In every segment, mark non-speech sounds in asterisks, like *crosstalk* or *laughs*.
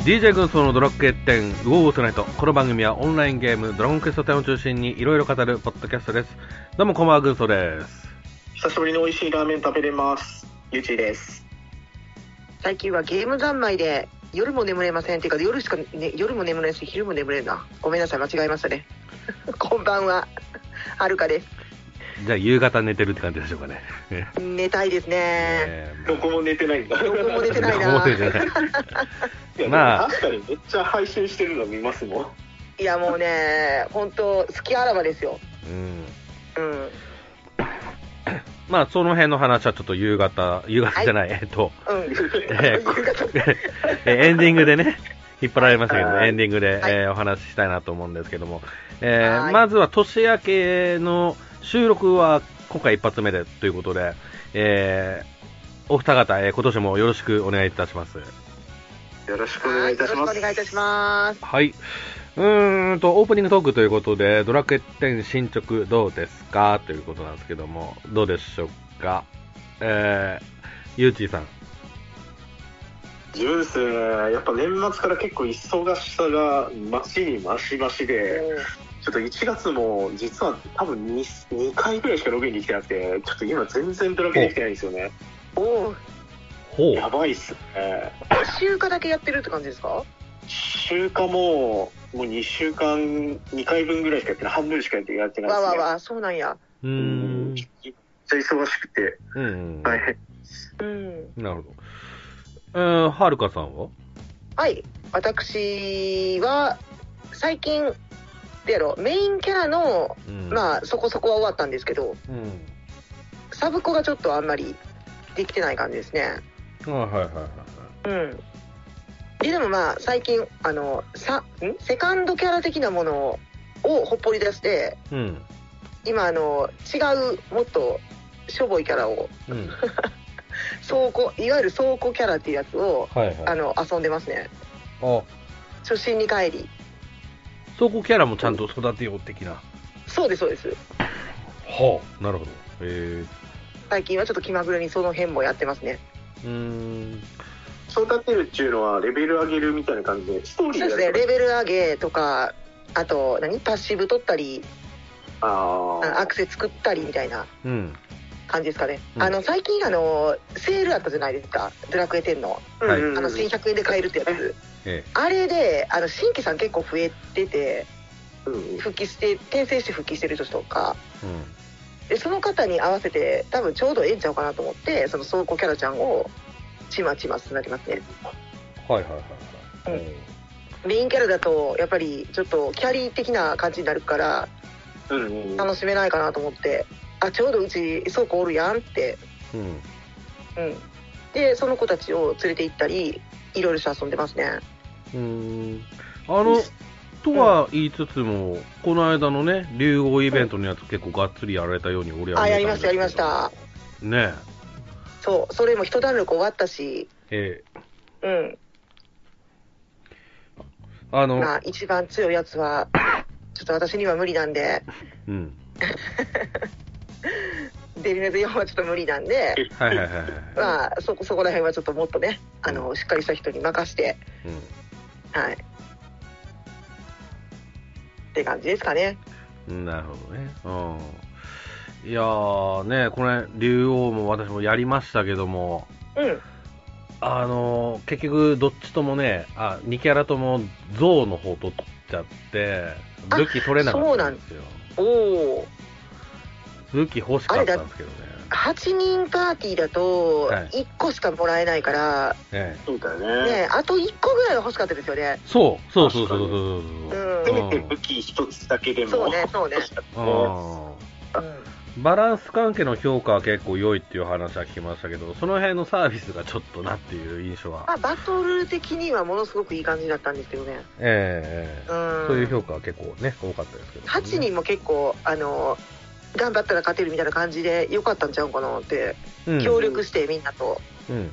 DJ 軍曹のドラッグ欠店、ウォーウォートナイト。この番組はオンラインゲーム、ドラゴンクエスト10を中心にいろいろ語るポッドキャストです。どうも、こんばんは、軍曹です。久しぶりに美味しいラーメン食べれます。ゆうちーです。最近はゲーム三昧で夜も眠れませんっていうか夜しか、ね、夜も眠れないし昼も眠れるなごめんなさい間違えましたね *laughs* こんばんははるかですじゃあ、夕方寝てるって感じでしょうか *laughs* ね。ね寝たいですねえどこも寝てないんだ。どこも寝てないどこなも寝てないいやまあ確かにめっちゃ配信してるの見ますもん。いやもうね本当好きあらばですようん。うんまあ、その辺の話はちょっと夕方、夕方じゃない、えっ *laughs* と、うんえー夕方 *laughs* えエンディングでね、引っ張られましたけど、はいエンディングで、はいえーお話ししたいなと思うんですけども、えーはいまずは年明けの収録は今回一発目でということで、えーお二方、えー今年もよろしくお願いいたします。よろしはいよろしくお願いいたしますはい。うーんと、オープニングトークということで、ドラクエ10進捗どうですかということなんですけども、どうでしょうか。えー、ゆうちーさん。自分ですね、やっぱ年末から結構忙しさが増しに増し増しで、ちょっと1月も実は多分 2, 2回ぐらいしかログインできてなくて、ちょっと今全然ドラクエできてないんですよね。おおうほやばいっすね。週華だけやってるって感じですか週間も、もう2週間、2回分ぐらいしかやってない、半分しかやってないですね。わわわそうなんやうーうんん。め。っちゃ忙しくて。うん。大変うんなるほど。うん、はるかさんははい私は最近でやろメインキャラのうんあ、まあそこそこは終わったんですけどうん。サブコがちょっとあんまりできてない感じですねはいはいはいはい。うんででもまあ最近あのさんセカンドキャラ的なものをほっぽり出してうん。今あの違うもっとしょぼいキャラを *laughs* うん。倉庫いわゆる倉庫キャラっていうやつをはいはい。あの遊んでますねあ、初心に帰りそこキャラもちゃんと育てよう的な。そうですそうですはあ。なるほど。え最近はちょっと気まぐれにその辺もやってますねー、うーん。育てるっていうのはレベル上げるみたいな感じでストーリーそうですねやるレベル上げとかあと何パッシブ取ったりああのあアクセ作ったりみたいなうん。感じですかね、うんあの最近あのセールあったじゃないですかドラクエ10のはいあの1100円で買えるってやつえあれであの新規さん結構増えててうんうん復帰して転生して復帰してる人とかえ。うん。でその方に合わせて多分ちょうどええんちゃうかなと思ってその倉庫キャラちゃんをちまちま進めてますねはいはいはいはい。メインキャラだとやっぱりちょっとキャリー的な感じになるからうんうん楽しめないかなと思ってあちょうどうち倉庫おるやんってうん。うん、でその子たちを連れて行ったりいろいろして遊んでますねうん。あの、とは言いつつも、この間のね、竜王イベントのやつ結構がっつりやられたように俺はあ思ったんやりでますしけたどやりまし。たねそうそれも一段落終わったしえ。えうんえ。あの、まあ一番強いやつはちょっと私には無理なんでうん。デリネズ4はちょっと無理なん *laughs* ではいはいはいはい。まあそこそこら辺はちょっともっとねあのしっかりした人に任してうんはいって感じですかねなるほどね。うん。いやーね、これ、竜王も私もやりましたけども、うんあのー結局、どっちともね、あ、2キャラとも象の方取っちゃって、あ武器取れなかったんですよ。おお武器欲しかったんですけどね。 8人パーティーだとはい1個しかもらえないから、ええそうだねねえあと1個ぐらいは欲しかったですよねそう、そうそうそうそうそうそううんせめて武器一つだけでもそうねそうねうんうバランス関係の評価は結構良いっていう話は聞きましたけど、その辺のサービスがちょっとなっていう印象はん、ま。あ、バトル的にはものすごくいい感じだったんですけどね、ええええうん、そういう評価は結構ね、多かったですけど、ね。 8人も結構あの頑張ったら勝てるみたいな感じでよかったんちゃうかなって、うん協力してみんなとうん、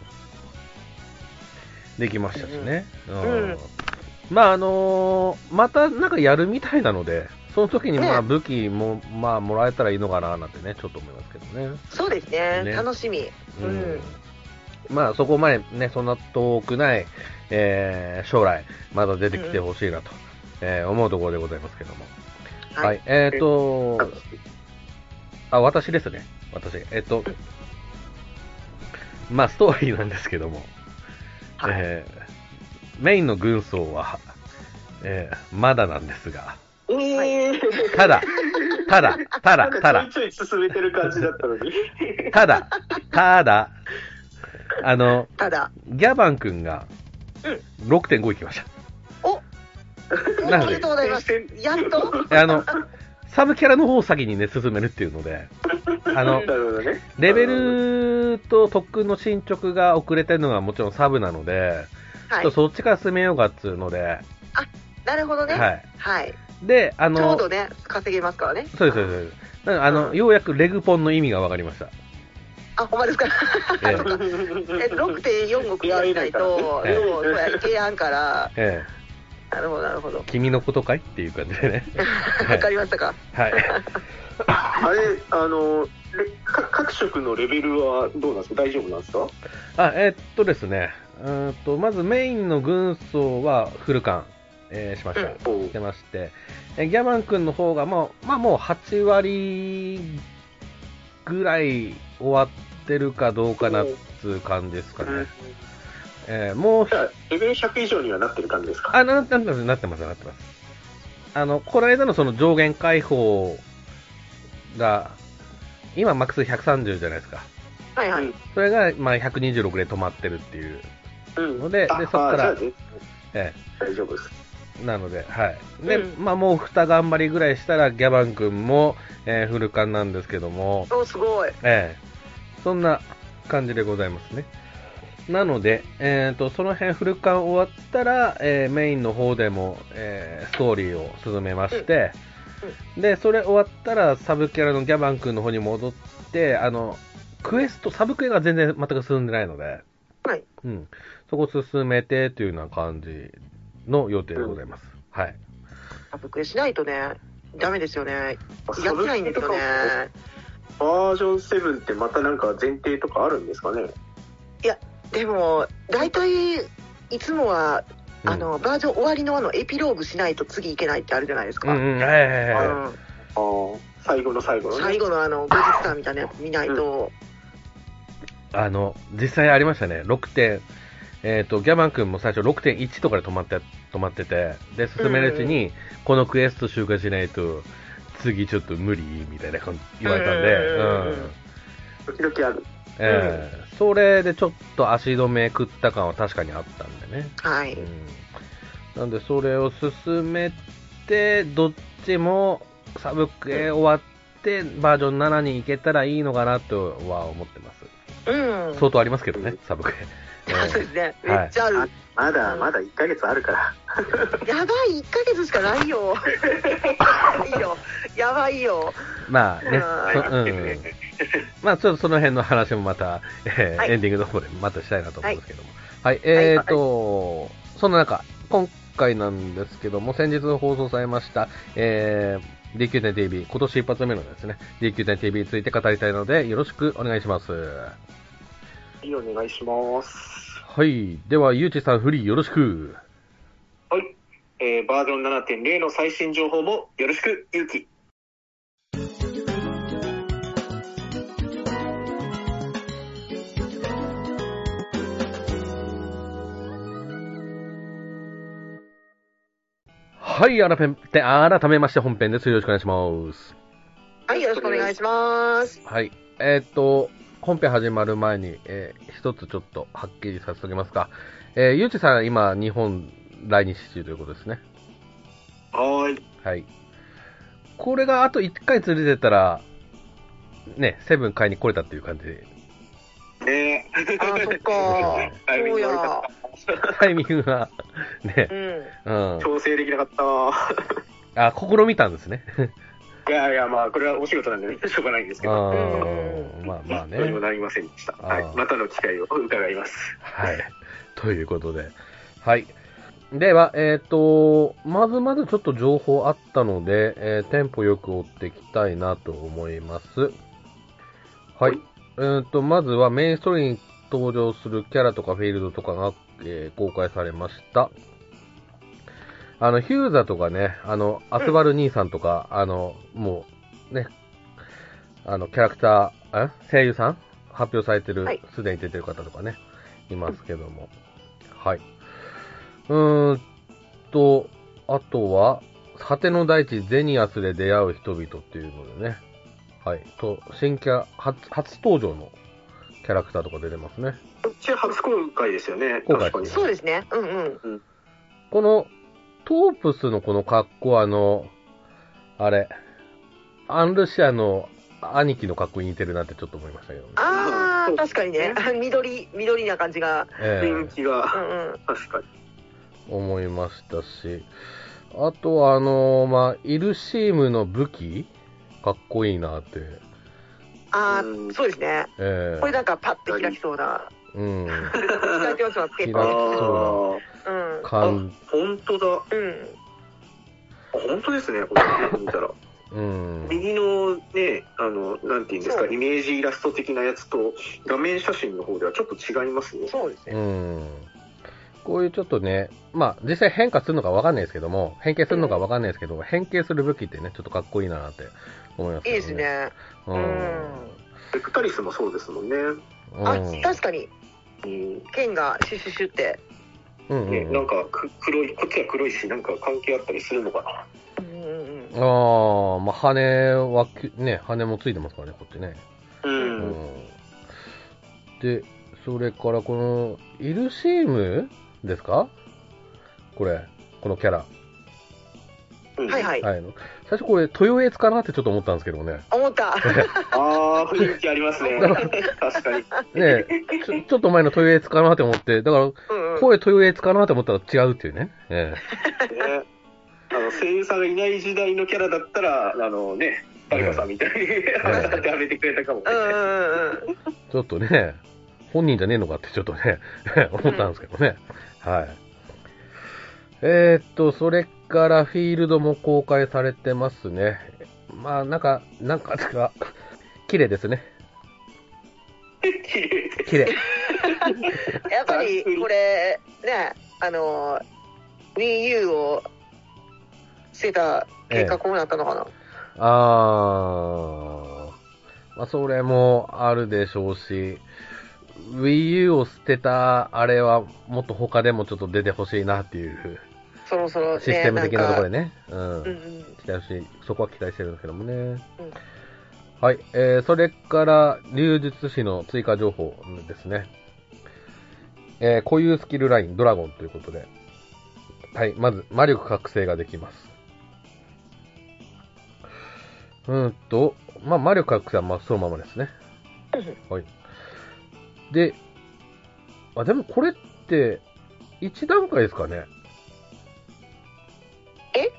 できましたしね、うんうんまああのーまたなんかやるみたいなので、その時にまあね武器も、まあもらえたらいいのかななんてね、ちょっと思いますけどね。そうですねね楽しみうんまあそこまでね、そんな遠くない、えー将来、まだ出てきてほしいなと、えー思うところでございますけども。はい、えっ、とあ、私ですね。私。えっ、と、まあ、ストーリーなんですけども、はいえーメインの軍曹は、えーまだなんですが、えー、ただ、ただ、ただ、たなだんか、ちょいちょい進めてる感じだったのに。ただ、ただ、あの、ただギャバン君が6.5いきました。お *laughs* なおのめででとうございますやっとえあの、サブキャラの方を先にね、進めるっていうので、あの *laughs* な、るほどね。レベルと特訓の進捗が遅れてるのはもちろんサブなので、はちょっといそっちから進めようかっつうので、なるほどねははい、い。で、あちょの、うどね稼げますからねそうです、そうです。だからあの、うんようやくレグポンの意味が分かりました。あほんまですか *laughs* えそうかえ6.4億いややいりいなねいとええようそうやいけやんからええ、なるほどなるほど君のことかいっていう感じで *laughs* ね。わかりましたかはい。あれ、あの、レか各色のレベルはどうなんですか大丈夫なんですかあ、えーっとですね。うーんと、まずメインの軍曹はフル完、えーしました。おうしてまして、えーギャバン君の方がもう、まあもう8割ぐらい終わってるかどうかなっつう感じですかうんね。えーもうじ、ゃあ、レベル100以上にはなってる感じですかあ、ななってます、なってます、なってます。あの、この間のその上限解放が、今マックス130じゃないですか。はいはい、うんそれが、まあ、126で止まってるっていう。うんのであでそっからあじゃあねええ大丈夫 *laughs* です。なので、はい。で、うんまあもう二頑張りぐらいしたら、ギャバン君も、えーフルカンなんですけども、おすごいええそんな感じでございますね。なので、えっ、と、その辺フルカン終わったら、えーメインの方でも、えーストーリーを進めまして、で、それ終わったら、サブキャラのギャバン君の方に戻って、あの、クエスト、サブクエが全然全く進んでないので、はいうん、そこ進めてというような感じの予定でございます。はい。サブクエしないとねダメですよねやサってブないんですよねバージョン7ってまたなんか前提とかあるんですかねでも大体いつもはうんあ、の、バージョン終わりのあのエピローグしないと次いけないってあるじゃないですうか、んうん、はいはいはいはうんあー最後の最後のね。最後のあの後日談みたいなやつ見ないと、い。あの、実際ありましたね。6点、えっ、と、ギャバン君も最初6.1とかで止まって、止まってて、で、進めるうちに、このクエスト周回しないと、次ちょっと無理、みたいなこと言われたんで、うんうんうんうんうん時々ある。ええそれでちょっと足止め食った感は確かにあったんでね。はい、うん、なんで、それを進めて、どっちもサブクエ終わって、バージョン7に行けたらいいのかなとは思ってます。うん相当ありますけどね、サブクエ。そうですね、はいめっちゃある、あまだまだ1ヶ月あるから。やばい1ヶ月しかな *laughs* いよいいよやばいよまあね、うんそうん。まあ、ちょっとその辺の話もまた、えーはいエンディングの方でまたしたいなと思うんですけども。はい、えーと、そんな中、今回なんですけども、先日放送されました、えー、DQ10TV、今年一発目のですね、DQ10TV について語りたいので、よろしくお願いします。はい、お願いします。はい、では、ゆうちさんフリーよろしく。はい。えー、バージョン7.0の最新情報もよろしく、ゆうき。はい、改めて、改めまして本編です。よろしくお願いします。はいよろしくお願いしますはい。えーっ、と、本編始まる前に、えー一つちょっとはっきりさせておきますか。えーゆうちさん、今、日本来日中ということですね。はーい。はい。これがあと1回ずれてたら、ね、セブン買いに来れたっていう感じ *laughs* ですねえ。あーそっかよね。 *laughs* タイミンそグ悪うやかっタイミングが、ねう、んうんた。。調整できなかった。あ、試みたんですね。いやいや、まあ、これはお仕事なんで、ね、しょうがないんですけあど。ーまあまあねどう。にもなりませんでした。はあーい。またの機会を伺います。はい。ということで。はい。では、えっ、と、まずまずちょっと情報あったので、えーテンポよく追っていきたいなと思います。ははいい。えっ、と、まずはメインストーリーに登場するキャラとかフィールドとかがえー公開されました。あの、ヒューザとかね、あの、アスバル兄さんとか、あの、もう、ね、あの、キャラクター、え声優さん発表されてるはい、すで、に出てる方とかね、いますけども。はい。うーんと、あとは、果ての大地ゼニアスで出会う人々っていうのでね、はい、と、新キャラ、初、初登場のキャラクターとか出てますね。こっち初公開ですよね、公開確かに。そうですね。うんうん。この、トープスのこの格好はあの、あれ、アンルシアの兄貴の格好に似てるなってちょっと思いましたけどね。あうあ、ん確かにねそ。緑、緑な感じが。ええ雰囲気うが、んうん。確かに。思いましたし、あとはあのまあ、イルシームの武器かっこいいなって。うああ、んそうですね。ええこれなんかパッと開きそうな。 *laughs* うん。開いてますわ、ペッああ開あきて。そうん。かん、本当だ。うん。あ本当ですね、これ、見たら。うん。右のね、あの、なんていうんですそか、うイメージイラスト的なやつと、画面写真の方ではちょっと違いますね。そうですうね。ん。こういうちょっとね、まあ、実際変化するのかわかんないですけども、変形するのかわかんないですけど、変形する武器ってね、ちょっとかっこいいなって思いますいいよです。ね。う。うんん。レクタリスもそうですもんね。うんあ、確かに、うん。剣がシュシュシュって。うんね、うん。なんかく黒い、こっちは黒いし、なんか関係あったりするのかな。うんうんうん。ああ、まあ、羽はき、ね、羽もついてますからね、こっちね。う。うんん。で、それからこの、イルシームですかこれ、このキャラ。うんはいはい。はい。最初これ、豊悦かなってちょっと思ったんですけどもね。思った。ああ、雰囲気あります *laughs* ね。確かに。ねえ、ちょちょっと前の豊悦かなって思って、だから、うんうん。声豊悦かなと思ったら違うっていうね。えね、あの声優さんがいない時代のキャラだったら、あのね、誰かさんみたいに話し立てはめてくれたかもね。うんうんうんえちょっとね、本人じゃねえのかってちょっとね、 *laughs* 思ったんですけどね。はい。えーっと、それからフィールドも公開されてますね。まあ、なんか、なんか、なんか綺麗ですね。綺麗で綺麗。うん。やっぱ *laughs* り、これ、ね、あの、WiiU を捨てた結果こうなったのかな。あー。まあ、それもあるでしょうし、Wii U を捨てたあれは、もっと他でもちょっと出てほしいなっていう、そろそろね、システム的なところでね。ね。うんうんうん。期待し、そこは期待してるんですけどもね。んはい、えー、それから、流術師の追加情報ですね。えー、固有スキルライン、ドラゴンということで。はい、まず、魔力覚醒ができます。うーんと、まあ、魔力覚醒はまあそのままですね。はい。で、あ、でもこれって、1段階ですかね。え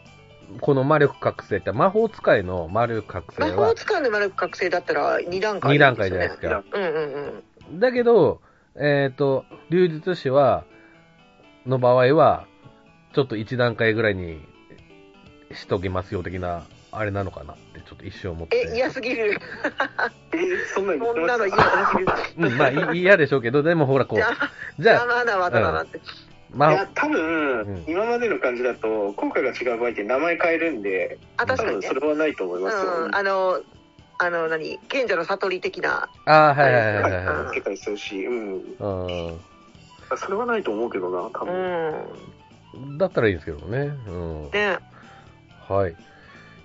この魔力覚醒って、魔法使いの魔力覚醒魔は法使いの魔力覚醒だったら2段階、 2段階じゃないですか。か。うんうんうん。だけど、えっ、と、流術師は、の場合は、ちょっと1段階ぐらいにしときますよ的な、あれなのかなって、ちょっと一瞬思って。え、嫌すぎる。えーそんなにそんなの嫌すぎる。うん、まあい嫌でしょうけど、でもほらこ邪う、じゃ邪あ、魔だわ、だなって。まいあや、多うん分、今までの感じだと、効果が違う場合って名前変えるんで、あ、多確かに分ねそ。れはないと思いうますよ。んうん。あの、あの、何賢者の悟り的な。あーはいはいはいはい世界するし、うん。はい。それはないと思うけどな、多う分。ん。うん。だったらいいんですけどね。うん。ね。はい。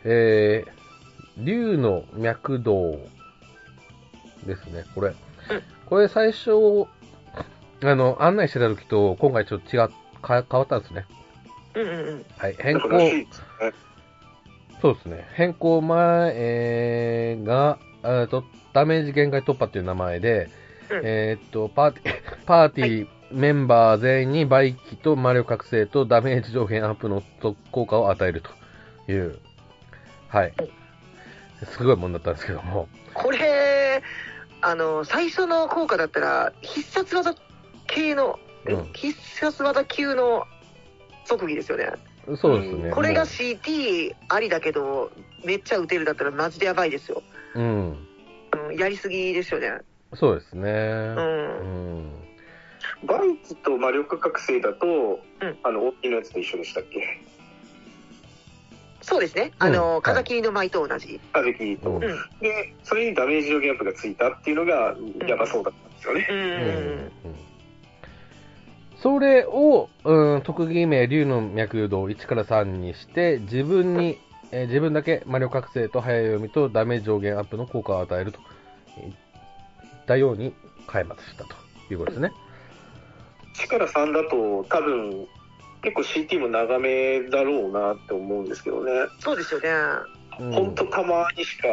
えー、竜の脈動ですね、これ。これ最初、あの、案内してた時と、今回ちょっと違う、か変わったんですね。うんうんうん。はい、変更だ、からしいですねそうですね。変更前、えーが、えーと、ダメージ限界突破っていう名前で、うんえーっと、パーティー、 *laughs* パーティー、メンバー全員にバイキと魔力覚醒とダメージ上限アップの効果を与えるという、はい。すごいもんだったんですけども。これ、あの、最初の効果だったら、必殺技系の、うん必殺技級の特技ですよね。そうですね。これがも CT ありだけど、めっちゃ打てるだったらマジでやばいですよ。う、うん。うん、やりすぎですよね。そうですね。うん。うん。バイキと魔力覚醒だと、うんあの大きいのやつと一緒でしたっけそうですね。あの、はい風切りの舞と同じ。カジキと、うんうん。でそれにダメージのギャップがついたっていうのがやばそうだったんですよね、うん。それを、うん、特技名、竜の脈誘導を1から3にして、自分に、えー自分だけ魔力覚醒と早読みとダメージ上限アップの効果を与えるといったように開発したということですね。力さんだと多分結構 CT も長めだろうなって思うんですけどね、そうですよね。うんほんとたまにしか、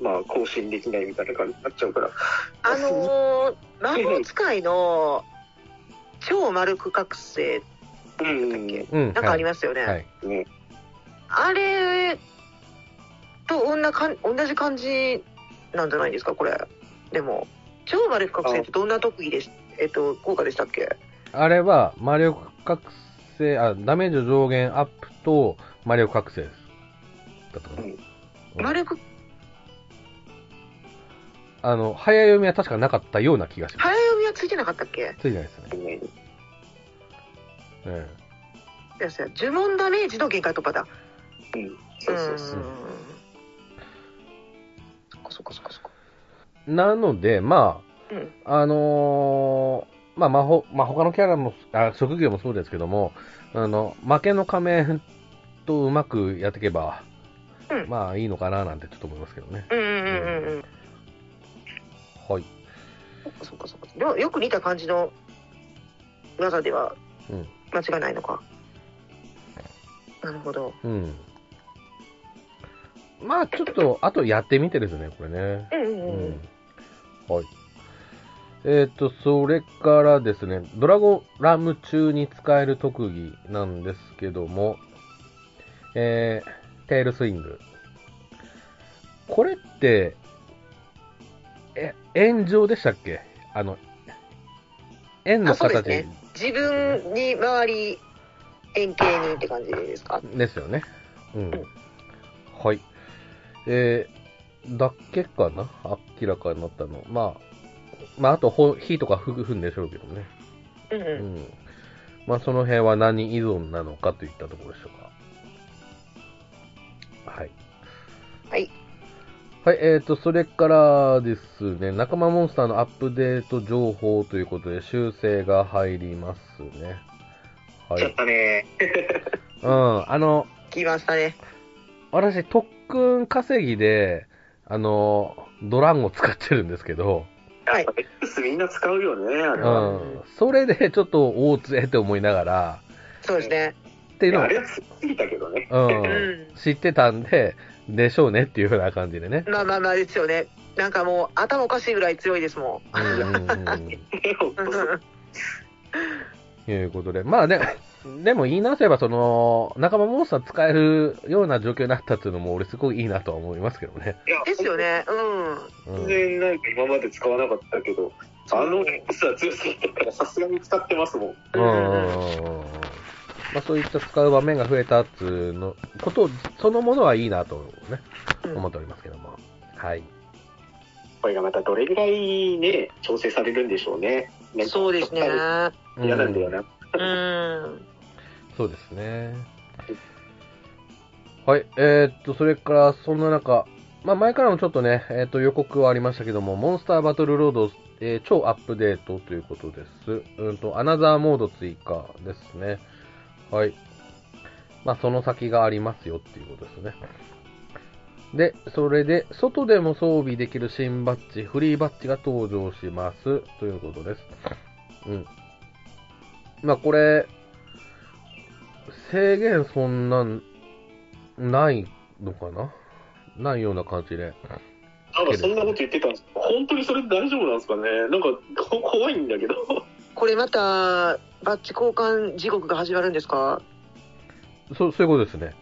まあ、更新できないみたいな感じになっちゃうからあのー、魔法使いの超魔力覚醒、うんだっうん、なんかありまますよね。はい。ねあれと同じかん同じ感じなんじゃないですか、これ。でも、超魔力覚醒ってどんな特技ですえっと、効果でしたっけあれは、魔力覚醒、あ、ダメージ上限アップと魔力覚醒です。だったかなうんうん魔力、あの、早読みは確かなかったような気がします。早読みはついてなかったっけついてないですね。ねえそうですね呪文ダメージの限界突破だ。うんそうそうそううーんそっかそっかそっかそっか。えなので、まあ、うん。あのーまあ、魔法、まあ、他のキャラも、あ、職業もそうですけども、あの、負けの仮面とうまくやっていけば、うんまあ、いいのかななんてちょっと思いますけどね。うんうんうんうんうん。はい。そっかそっかそっか。でもよく似た感じの技ではうん間違いないのか。なるほど。うん。まあ、ちょっと、あとやってみてですね、これね。うんうんうんうん。うんはい。えっ、と、それからですね、ドラゴンラム中に使える特技なんですけども、えー、テールスイング。これって、え、円状でしたっけあの、円のあそうです形ね自分に回り円形にって感じですかですよね。うんん。はい。えー、だけかな明らかになったの。まあ、まあ、あと、ほ火とかふぐ踏んでしょうけどね。うんううんん。まあ、その辺は何依存なのかといったところでしょうか。はい。はいはい、えーと、それからですね、仲間モンスターのアップデート情報ということで、修正が入りますね。はちゃ *laughs* っい。たねうん、あの、来ましたね私、特訓稼ぎで、あの、ドランを使ってるんですけど、はいやっぱ X みんな使うよねあうれうんは、ん、それでちょっと、おおつえって思いながら、そうですねっていういやあれは強すぎたけどねのを、う、うんん知ってたんで、でしょうねっていうふうな感じで *laughs* ね。まあまあまあですよねなんかもう頭おかしいぐらい強いですもうんうんうんうん。本ん当そういうことで、まあね、でも言い直せば、その、仲間モンスター使えるような状況になったっていうのも、俺すごいいいなとは思いますけどね。いやですよねうんうん、全然なんか今まで使わなかったけどあの X は強すぎたからさすがに使ってますもんううんんまあ、そういった使う場面が増えたっていうのことそのものはいいなとね、うん思っておりますけども。はい。これがまたどれぐらいね、調整されるんでしょうね。うんそうですね嫌なんだよな。うんそうですね。はい。えーっと、それから、そんな中、まあ、前からもちょっとね、えーっと、予告はありましたけども、モンスターバトルロード、えー超アップデートということです。うんと、アナザーモード追加ですね。はい。まあ、その先がありますよっていうことですね。で、それで、外でも装備できる新バッジ、フリーバッジが登場します。ということです。うん。まあ、これ、制限そんなん、ないのかなないような感じで。なんかそんなこと言ってたんです本当にそれ大丈夫なんですかね。なんかこ怖いんだけど。これまたバッチ交換地獄が始まるんですかそう、そういうことですね。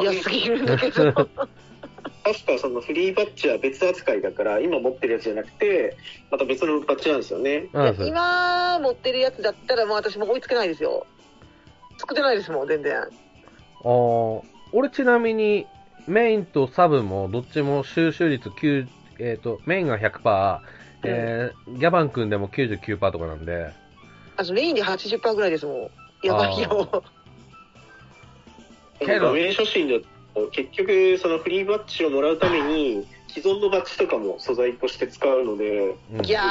いやすぎるんだけど確かそのフリーバッジは別扱いだから、今持ってるやつじゃなくて、また別のバッジなんですよね。うん、そう今持ってるやつだったらもう私も追いつけないですよ作ってないですもん全然あー俺ちなみに、メインとサブもどっちも収集率9、えっ、と、メインが100%、えーギャバン君でも99%とかなんで、あとメインで80%ぐらいですもん。やばいよ。けどダメ初心だと結局そのフリーバッジをもらうために既存のバッジとかも素材として使うのでうんいや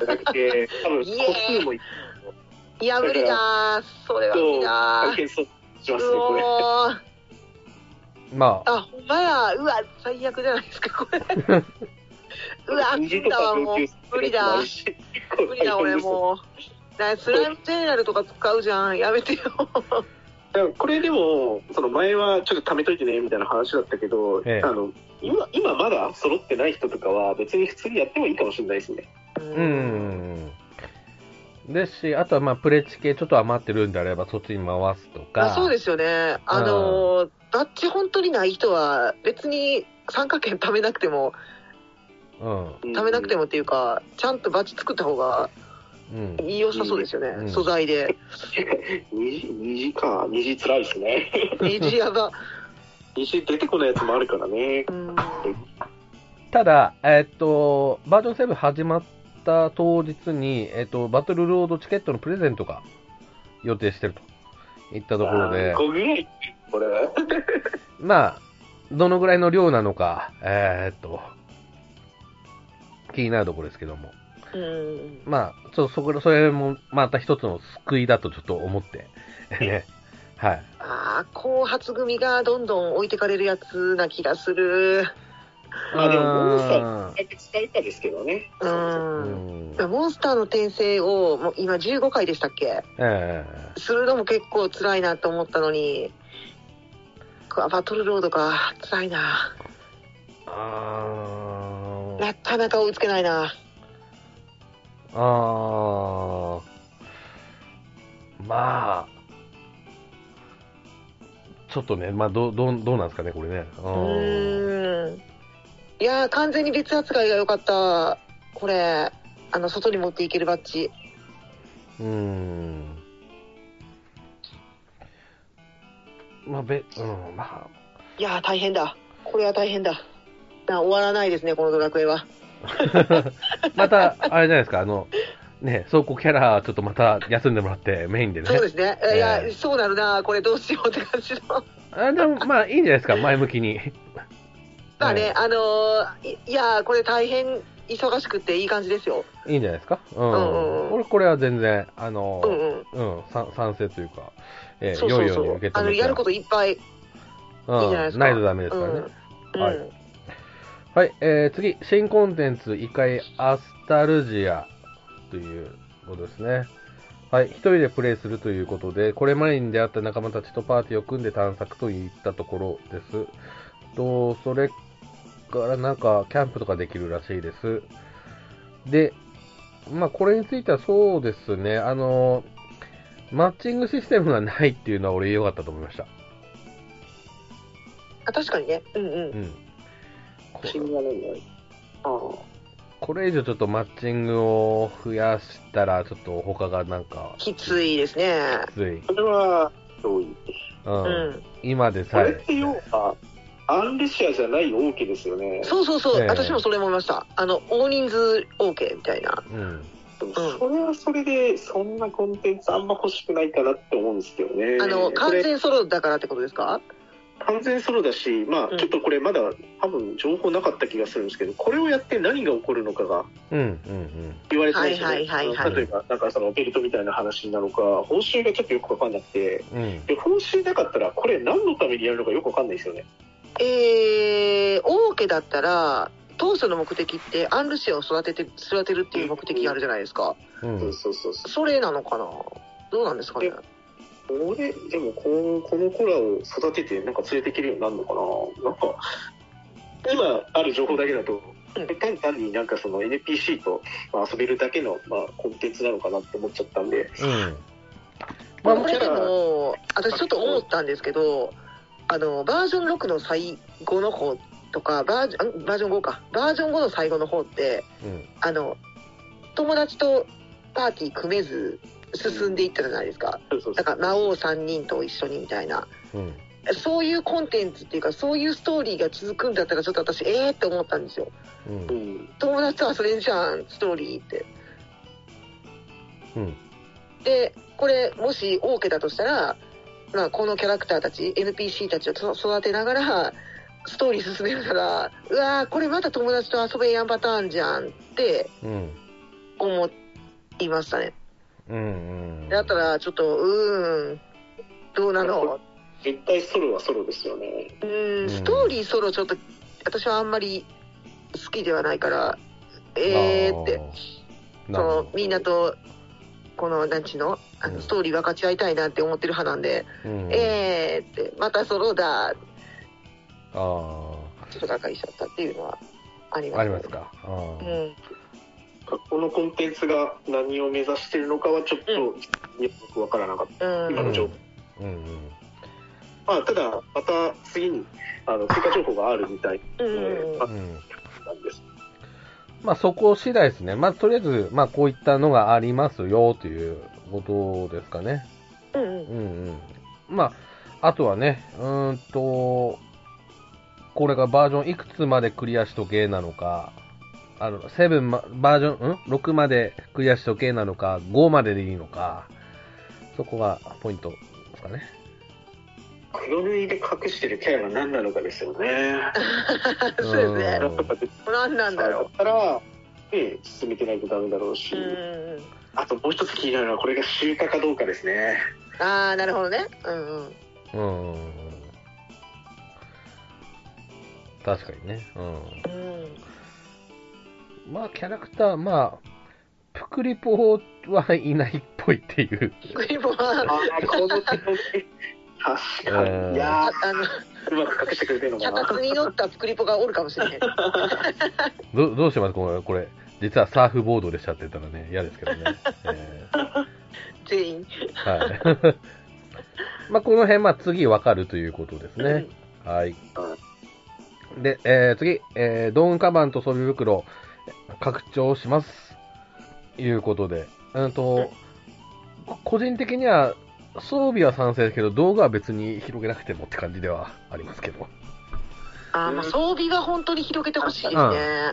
じゃなくて多分個数もいっー、いや、無理だー。それは無理だぱいー。検討しますねうこれおー。まあ、あ、ほんまや。うわ、最悪じゃないですか、これ。うわ、死虹んとだかわ、もう上級。無理だ。無理だ、俺もう。なスライムジェネラルとか使うじゃん。やめてよ。これでもその前はちょっと貯めといてねみたいな話だったけど、ええあの今今まだ揃ってない人とかは別に普通にやってもいいかもしれないですねうう。ん。ですし、あとはまあ、プレチ系ちょっと余ってるんであれば、そっちに回すとまか。あ、そうですよね。あのー、バッチ本当にない人は、別に参加券貯めなくても、うん。食貯めなくてももっていうか、ちゃんとバッチ作った方がうん。良さそうですよね。うん素材 *laughs* で。虹虹か虹辛いですね *laughs* 虹やば。虹出てこないやつもあるからね *laughs* うん。ただ、えっと、バージョン7始まった当日に、えっと、バトルロードチケットのプレゼントが予定してるといったところであー、5ぐらいこれまあ、どのぐらいの量なのか、えっと、気になるところですけども。うん。まあ、ちょっとそこら、それもまた一つの救いだとちょっと思って、 *laughs* ね。はい。ああ、後発組がどんどん置いてかれるやつな気がする。まあでもモンスタうーん解決したいかですけどねう。うんん。モンスターの転生を、もう今15回でしたっけえするのも結構辛いなと思ったのに、こうバトルロードか、辛いな。えあーなかなか追いつけないな。あーまあ、ちょっとね、まあ、どう、どう、どうなんですかね、これね。ううーんーん。いやー、完全に別扱いが良かった。これ、あの、外に持っていけるバッジ。うーん。まあ、べ、うん、まいやー、大変だ。これは大変だ。な終わらないですね、このドラクエは。あ、また、あれじゃないですか、あの、ね、倉庫キャラ、ちょっとまた休んでもらって、メインでね。そうですね。いや、ええそうなるな、これどうしようって感じの。 *laughs* あでも、まあ、いいんじゃないですか、前向きに。 *laughs* まあええね、あのーいいやー、これ大変忙しくていい感じですよ。いいんじゃないですか。うん。うんうんこれ、これは全然、あの、うんうん。うん、賛賛成というか、えーそうそう良いよそうにう受け止めてあの、やることいっぱい。いいうんじゃないですか。とダメですからね。うん。はいはい、えー、次、新コンテンツ、異界アスタルジアということですね。はい、一人でプレイするということで、これまでに出会った仲間たちとパーティーを組んで探索といったところです。と、それからなんか、キャンプとかできるらしいです。で、まあ、これについてはそうですね、あの、マッチングシステムがないっていうのは俺良かったと思いました。あ確かにね。うんうん。うん。こ死にはないんだあーこれ以上ちょっとマッチングを増やしたら、ちょっと他がなんか、きついですね。きつい。それはどういううん。うん。今でこされえっ。て要はアンレシアじゃない王家ですよねそうそうそう、ええ私もそれ思いました。あの、大人数 OK みたいな。うん。でもそれはそれでそんなコンテンツあんま欲しくないかなって思うんですけどねあの、こ完れ全ソロだからってことですか完全ソロだしまあ、うんちょっとこれまだ多分情報なかった気がするんですけどこれをやって何が起こるのかがうん、うん、言われてないですよねはいはいはいはい例えばなんかそのベルトみたいな話なのか報酬がちょっとよく分かんなくてうん。うん。で報酬なかったらこれ何のためにやるのかよく分かんないですよねえー、OK だったら、当初の目的ってアンルシアを育てて、育てるっていう目的があるじゃないですか。うん。そうそうそうそうそれなのかなどうなんですかねでこれでもこうこの子らを育ててなんか連れていけるようになるのかななんか今ある情報だけだとうん単単になんかその NPC とまあ遊べるだけのまあコンテンツなのかなって思っちゃったんでうん。まあこれでも、私ちょっと思ったんですけど、あの、バージョン6の最後の方とか、バージョン、んバージョン5か。バージョン5の最後の方って、うん。あの、友達とパーティー組めず進んでいったじゃないですか。そうそうそだうから魔王3人と一緒にみたいな。うん。そういうコンテンツっていうか、そういうストーリーが続くんだったら、ちょっと私、えーって思ったんですよ。うんう。ん友達と遊べんじゃん、ストーリーって。うん。でこれもし OK だとしたら、まあ、このキャラクターたち NPC たちをそ育てながらストーリー進めるからうわーこれまた友達と遊べやんパターンじゃんってうん。思いましたねうんうん。だったらちょっとうーんどうなの絶対ソロはソロですよね。うーんストーリーソロちょっと私はあんまり好きではないからえーってあー。そなるほのみんなとこのなんちゅうのあうんのストーリー分かち合いたいなって思ってる派なんで、ど。うんえーってまたソロだあちょっとがっかりしちゃったっていうのはありますあ。ありますか。あうーんこのコンテンツが何を目指してるのかはちょっとよくわからなかった。うん今の情報。うんうん。まあ、ただ、また次に、あの、追加情報があるみたいうんあうん。なんです。まあそこ次第ですね。まあとりあえず、まあこういったのがありますよということですかね。うんうんうんうん。まあ、あとはね、うーんと、これがバージョンいくつまでクリアしとけなのか、あの、7ま、バージョン、ん ?6 までクリアしとけなのか、5まででいいのか、そこがポイントですかね。黒塗りで隠してるキャラが何なのかですよね。そうですねうん何なんだろったら、ね、進めてないとダメだろうし、ううんあともう一つ気になるのは、これが集荷かどうかですね。ああなるほどねうんうんうん。確かにね。うん。うんまあ、キャラクター、まあ、プクリポはい *laughs* ないっぽいっていう。クリボはああ、この手の確か *laughs* に。うんいやああのー、うまく隠してくれてるのか脚な。立に乗ったプクリポがおるかもしれ *laughs* ないどどうしますこれ、これ、実はサーフボードでしちゃってたらね、嫌ですけどね。え全員ーはい。 *laughs* まあ、この辺、まあ、次わかるということですね。はい。で、えー次、えー、ドーンカバンと装備袋、拡張します。いうことで。うんと、個人的には、装備は賛成ですけど、道具は別に広げなくてもって感じではありますけど。あーまあ装備は本当に広げてほしいですね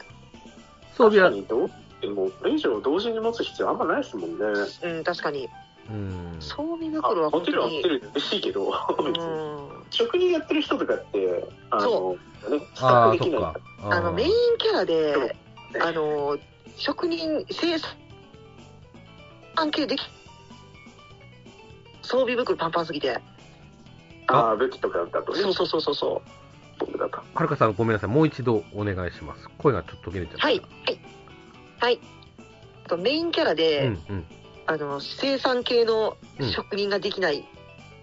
装備は、確かにどうでもこれ以上同時に持つ必要あんまないですもんね。うん確かにうん。装備あ袋はも本ち当ろん持にってるの嬉しいけど、う別にん *laughs* 職人やってる人とかって、あその、ね、スタああ、ッフそできっないか。あのメインキャラであの職人生産関係でき装備袋パンパンすぎてああ、武器とかだと、そうそうそうそうそう僕だと。はるかさん、ごめんなさい。もう一度お願いします。声がちょっと途切れちゃった。はいはいはいあとメインキャラうで、ん、うん、あの生産系のうん職人ができない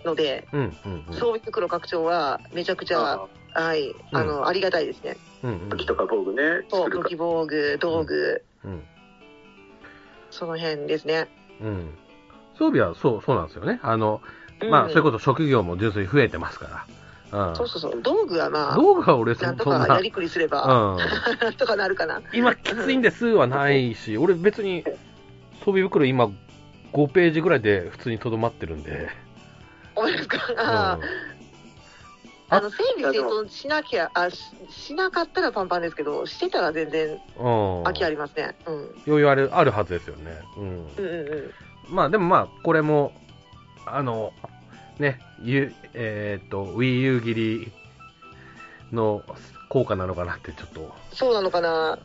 ので、うん、うん、うん。装備袋拡張はめちゃくちゃあはい、あの、ありがたいですね。うん、武器とか防具ね、そ作るう、武か器防具、道具、うん、うん。その辺ですね。うん。装備は、そう、そうなんですよね。あの、まあ、それこと。そ職業も純粋に増えてますから。うん。そうそうそう、道具はまあ、道具は俺、そなんんとそかんやな。りくりすれうば、ん。なん *laughs* とかなるかな。今、きついんですはないし、 *laughs* 俺別に、装備袋今、5ページぐらいで普通にとどまってるんで。思いますか。うん。あーあの整理整頓しなきゃあし、しなかったらパンパンですけど、してたら全然うん。空きありますね。うん。余裕ある、あるはずですよね。うん。うんうんうん。まあでもまあ、これも、あの、ね、ゆえーっと、Wii U 切りの効果なのかなってちょっと。そうなのかな。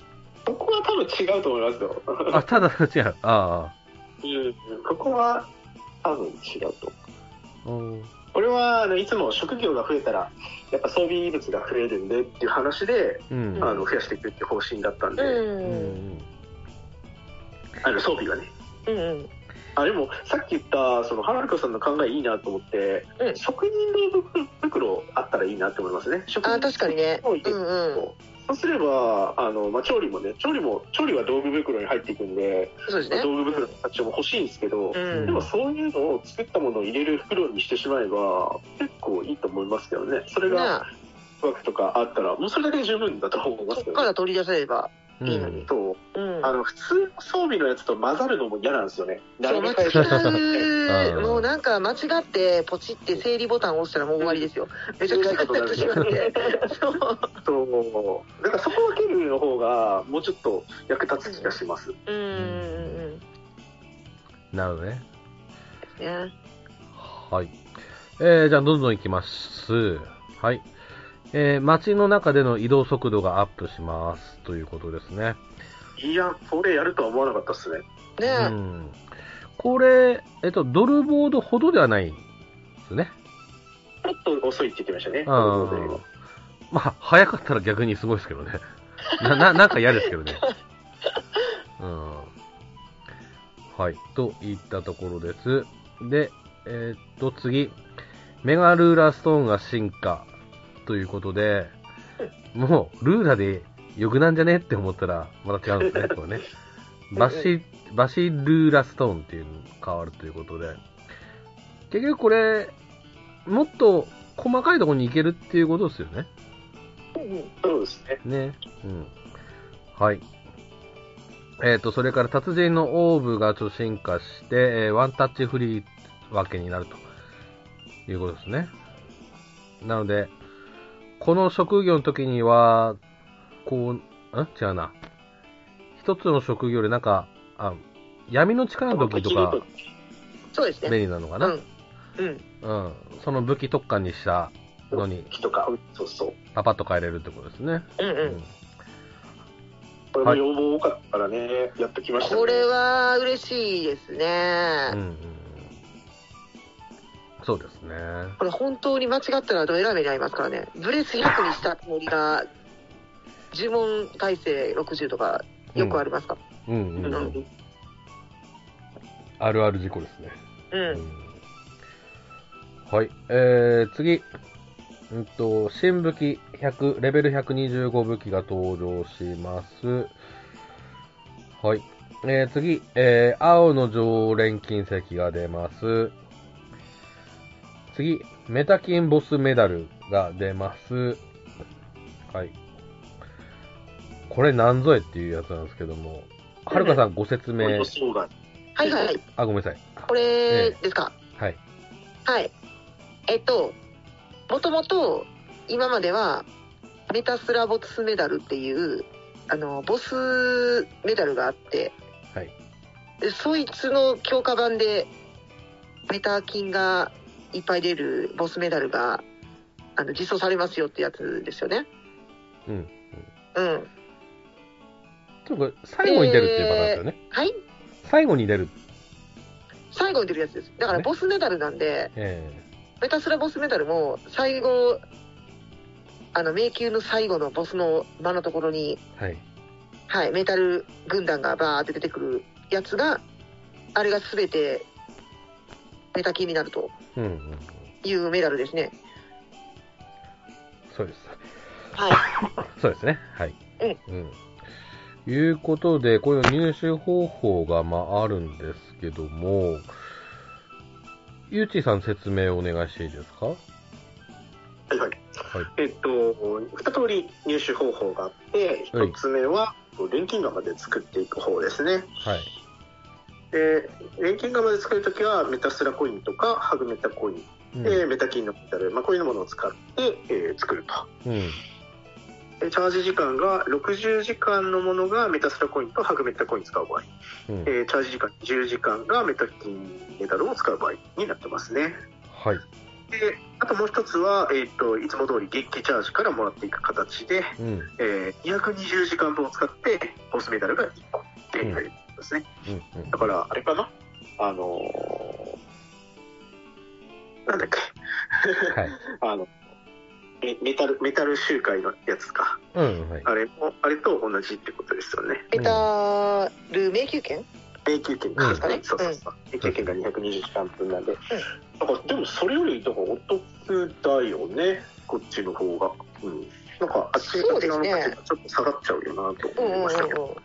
ここは多分違うと思いますよ。あ、ただ、 *laughs* 違う。あうんここは多分違うと。あ。うん。これはあのいつも職業が増えたら、やっぱ装備物が増えるんでっていう話で、うん。あの増やしていくっていう方針だったんう。で、うんん。あの装備がね。うんうん。あでもさっき言ったその花子さんの考えいいなと思って、うん職人の袋あったらいいなって思いますね職あ人ー、確かにね。そういううんうん。そうすればあの、まあ、調理もね調理も調理は道具袋に入っていくんで、そうですまあね。道具袋の形も欲しいんですけど、うんでもそういうのを作ったものを入れる袋にしてしまえば結構いいと思いますけどねそれねが枠とかあったらもうそれだけで十分だと思いますそけっかどねら取り出せれば。ういいのにん。そううん。あの普通の装備のやつと混ざるのも嫌なんですよねそう間違えてううんもうなんか間違ってポチって整理ボタンを押したらもう終わりですよめちゃくちゃなってしまってそうそうだからそこ分けるの方がもうちょっと役立つ気がしますうんうんうんなるほどね。ですね。はい。えー、じゃあ、どんどん行きます。はい。えー、街の中での移動速度がアップします。ということですね。いや、それやるとは思わなかったですね。ね、うん。これ、えっと、ドルボードほどではないですね。ちょっと遅いって言ってましたね。あというこーまあ、早かったら逆にすごいですけどね。な、 *laughs* な、なんか嫌ですけどね。うん。はい。といったところです。で、えーっと、次。メガルーラストーンが進化。ということで、もう、ルーラでよくなんじゃねって思ったら、また違うんですね、これね。バシ、バシルーラストーンっていうのに変わるということで。結局これ、もっと細かいところに行けるっていうことですよね。とでそうですね。ね。うん。はい。えっ、と、それから達人のオーブがちょっと進化して、えーワンタッチフリーわけになるということですね。なので、この職業の時には、こう、ん違うな。一つの職業でなんか、あ闇の力の時とかそうです便ね。利なのかうな。ん。うん。うん。その武器特化にしたのに、木とか、そうそう。パパッと変えれるってことですね。うんううん。。これも要望多かったからね、やっときましたね。これは嬉しいですね。うんうんうんそうですね。これ本当に間違ったらどえらい目に遭いますからね。ブレス100にしたつもりが、呪文耐性60とか、よくありますか、うんうんううんん。あるある事故ですね。うん、うんはい。えー、次。うんと、新武器100、レベル125武器が登場します。はい。えー、次、えー、青の常連金石が出ます。次、メタキンボスメダルが出ます。はい。これなんぞえっていうやつなんですけども、はるかさんご説これ明予、想外はいはい。あ、ごめんなさい。これですか、はい。はい。えっと、もともと今まではメタスラボスメダルっていう、あの、ボスメダルがあって、はい。でそいつの強化版でメタ金がいっぱい出るボスメダルがあの実装されますよってやつですよね。うん。うん。とにかく最後に出るっていうパターンですよね。はい最後に出る。最後に出るやつです。だからねボスメダルなんで、えメタスラボスメダルも最後、あの迷宮の最後のボスの間のところに、えはい。はい、メタル軍団がバーって出てくるやつが、あれが全てメタ金になるとうん、うん。いうメダルですね。そうです。はい。そうですね。はい。うん。いうことで、この入手方法が、まあ、あるんですけども、ゆうちさん説明お願いしていいですかははいはい。い。えっと、2通り入手方法があって、はい1つ目は、錬金釜で作っていく方ですね。はい。で、錬金釜で作るときは、メタスラコインとか、ハグメタコイン、うん。でメタ金のメタル、まあ、こういうものを使って、えー作ると。うん。でチャージ時間が60時間のものがメタスラコインとハグメタコイン使う場合、うんえーチャージ時間10時間がメタ金メタルを使う場合になってますね。はい。であともう一つは、えー、といつも通り月気チャージからもらっていく形で、うん。うん。えー220時間分を使ってボスメダルが1個っていうことですね、うんだからあれかなあのーなんだっけはい。あのメメタルメタル集会のやつかうん。はい。あれもあれと同じってことですよねメタル迷宮券永久券うんですかね、そうそうそう永久券が220時間分なんで、だからでもそれよりだからお得だよねこっちの方がうんなんかあっちそのうでちすのね価値がちょっと下がっちゃうよなとうんう思んいうんうまんしたけど、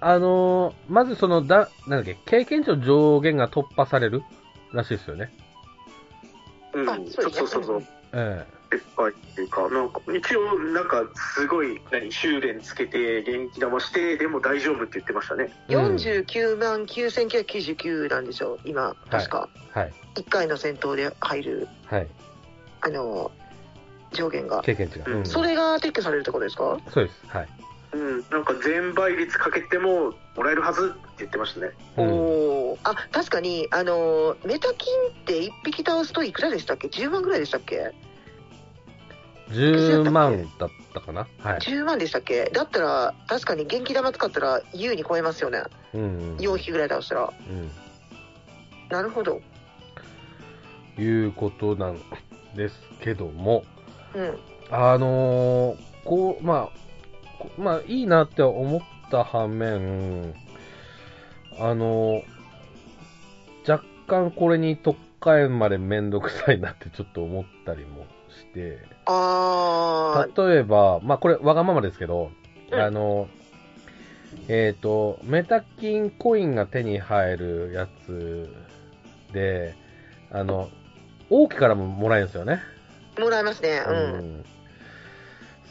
あのーまずその、だ、なんだっけ、経験値の上限が突破されるらしいですよね。うんあそそううですそうねそうそうえ撤廃っていうかなんか一応なんかすごい何修練つけて元気玉してでも大丈夫って言ってましたねえうん49万9999なんですよ今確か、はい。一1回の戦闘で入るはい。あの上限が経験値が。うん。うんそれが撤去されるってことですかそうです。はい。ううん、なんか全倍率かけてももらえるはずって言ってましたね。うおん、おーあ確かにあのーメタ金って1匹倒すといくらでしたっけ10万ぐらいでしたっけ10万だったかなはい、 10万でしたっけだったら確かに元気玉使ったら優に超えますよねうん4匹ぐらい倒したらうんなるほどいうことなんですけども、うんあのーこう、まあ、こまあ、いいなって思った反面、あのー若干これに特化えまでめんどくさいなってちょっと思ったりもして、あ例えば、まあ、これわがままですけど、うんあのえっ、とメタキンコインが手に入るやつであの王家からももらえるんですよね、あもらえますねうん、ん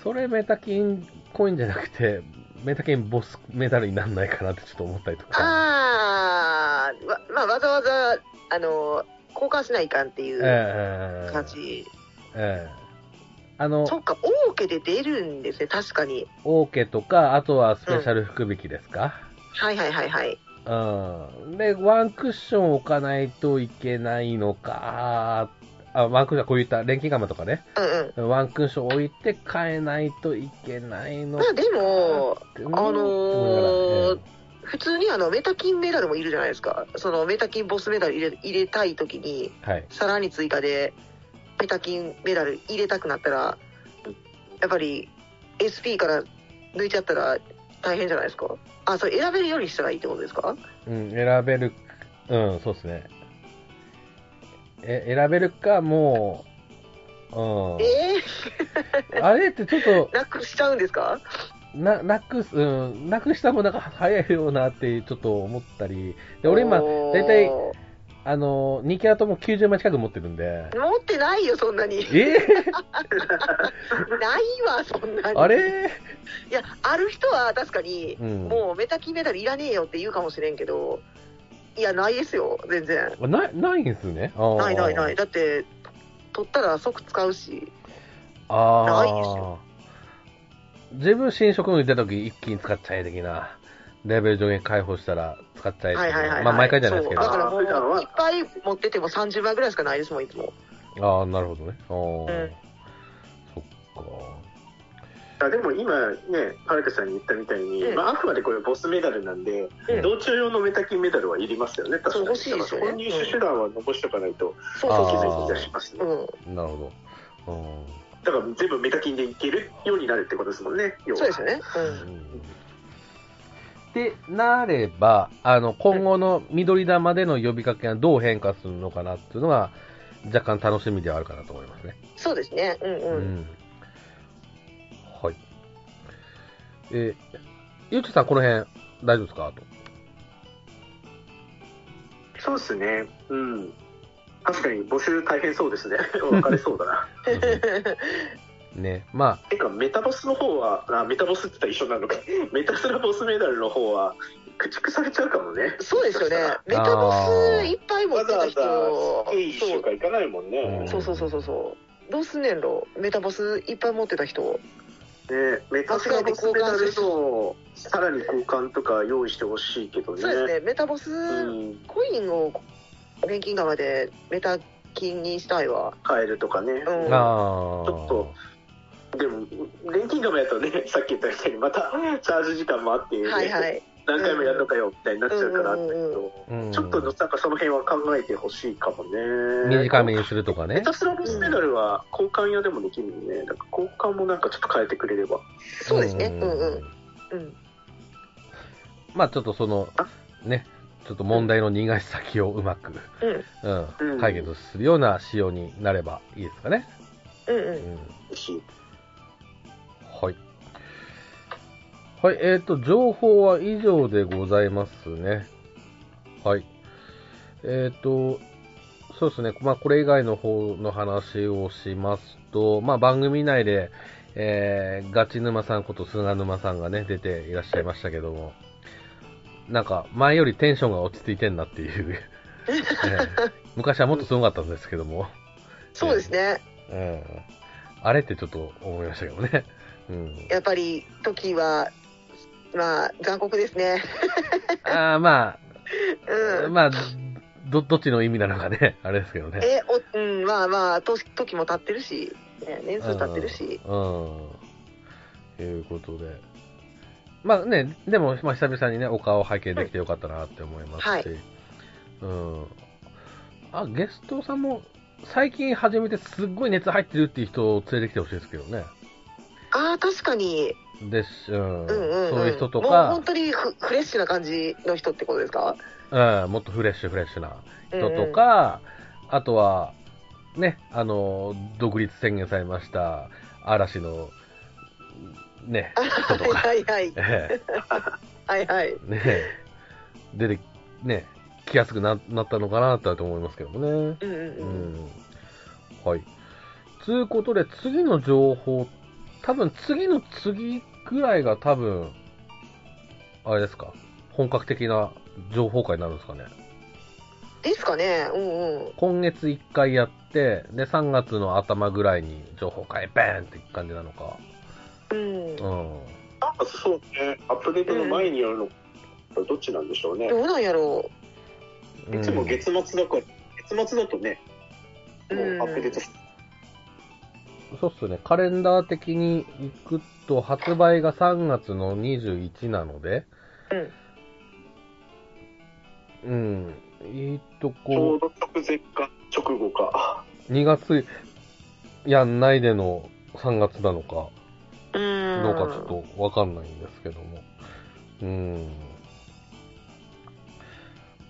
それメタキンコインじゃなくてメタキンボスメダルにならないかなってちょっと思ったりとか、ああわまあわざわざあのー交換しないかんっていえうえ感じ、ええあのそっか王家で出るんですね確かに王家とかあとはスペシャル福引きですか、はいはいはいはいうんで、ワンクッション置かないといけないのか。あ、ワンクッション、こういった錬金釜とかね。うんうんワンクッション置いて変えないといけないのまかあでもってあのーうん普通にあのメタ金メダルもいるじゃないですかそのメタ金ボスメダル入れ入れたい時にはい。さらに追加でメタ金メダル入れたくなったらやっぱり SP から抜いちゃったら大変じゃないですかあそれ選べるようにしたらいいってことですかうん、選べる、うん、そうですね。え、選べるか、もう、うん。えあれってちょっとー、、なくしちゃうんですかな、なくす、うん、なくしたもなんか早いよなってちょっと思ったり。で、俺今、おー大体あの、2キャラとも90万近く持ってるんで。持ってないよそんなにえないわそんな *laughs* にー、あれいやある人は確かにうん。もうメタ金メダルいらねえよって言うかもしれんけどいやないですよ全然う。ない、ないんですね。あーないないない。。だって、取ったら即使うし。ないですあよあ。自分新職務に出た時一気に使っちゃえ的な。レベル上限解放したら使っちゃえ的なはいはいはいはいまあ毎回じゃないですけど。そうだあからもう、あーそうだわいっぱい持ってても30倍ぐらいしかないですもん、いつも。あー、なるほどね。あーうんそっあでも今ね、はるかさんに言ったみたいに、うんまあ、あくまでこれボスメダルなんで、うん同調用のメタキンメダルはいりますよね、確かに。そう欲しいですよねだからそこに入手手段は残しておかないと、そうあそーう気そうづいていたしますねそう。うん。か。なるほど。うんだから全部メタキンでいけるようになるってことですもんね、要はそうですよね。ってなれば、あの、今後の緑玉での呼びかけがどう変化するのかなっていうのが、若干楽しみではあるかなと思いますね。うん。そうですね。うんううん。ん。はい。えーゆうちょさん、この辺、大丈夫ですかあと。そうですね。うん。確かに募集大変そう *laughs* ですね。分かれそうだな。ね。まてか、メタボスの方は、あメタボスって言ったら一緒なのか。 *laughs* メタスラボスメダルの方は、駆逐されちゃうかもね。そうですよね。メタボスいっぱい持わってざわた人ざ、ステージそとうか行かないもんね。うんそうそうそうそうそう。どうすんねんろ。メタボスいっぱい持ってた人。ね、メタスラボスメダルの、さらに交換とか用意してほしいけどね。そうですね。メタボうスん。コインを錬金釜でメタ金にしたいわ。変えるとかね。あ、 *laughs* うんああ。ちょっとでも、錬金釜やったらね、 *laughs* さっき言ったみたいに、またチャージ時間もあって、はいはい。何回もやるのかよみたいになっちゃうからあったけうんうんど、うんちょっとなんかその辺は考えてほしいかもね。短めにするとかメね。タスラボスメダルは交換屋でもできるんでね、なんか交換もなんかちょっと変えてくれれば。そうですね。うんうん。うん。まあちょっとそのあ、ね、ちょっと問題の逃がし先をうまく、うんうんうん解決するような仕様になればいいですかね。うんう。うんん、しはい。はい、えっ、と、情報は以上でございますね。はい。えっ、と、そうですね、まあ、これ以外の方の話をしますと、まあ、番組内で、えー、ガチ沼さんこと菅沼さんがね、出ていらっしゃいましたけども、なんか、前よりテンションが落ち着いてんなっていう、ね昔はもっとすごかったんですけども、そうですね。うん、あれってちょっと思いましたけどね。うん、やっぱり時はまあ、残酷ですね。あーまうあ、ん。まあ、ど、どっちの意味なのかね、 *laughs* あれですけどね。え、お、うん、まあまあ、と時も経ってるし、ね年数経ってるし。うん。ということで。まあね、でも、まあ、久々にね、お顔拝見できてよかったなって思いますし。はいうん。あ、ゲストさんも、最近始めてすっごい熱入ってるっていう人を連れてきてほしいですけどね。ああ、確かに、です、うん。うんうん、うん、そういう人ともうか本、当にフフレッシュな感じの人ってことですかうん、もっとフレッシュフレッシュな人と、か、あとは、ね、あの、独立宣言されました、嵐の、 *laughs* ね、人うんとうんかは。いはいええはいはいねえ、出て、ねえ、来やすくななったのかなとは思いますけどもね。うんううんん。はい。つうことで、次の情報、多分次の次ぐらいが多分、あれですか、本格的な情報会になるんですかね。うんですかねうんうん今月1回やって、で、3月の頭ぐらいに情報会、バーンっていく感じなのか。うんうん。なんかそうね、アップデートの前にやるの、どっちなんでしょうね。どうなんやろうんいつも月末だから、月末だとね、もうアップデートしそうっすね、カレンダー的に行くと、発売が3月の21なので、うん、いいとちょこ、うど直前か直後か。 2月やんないでの3月なのか、ううんどうかちょっとわかんないんですけども。うん。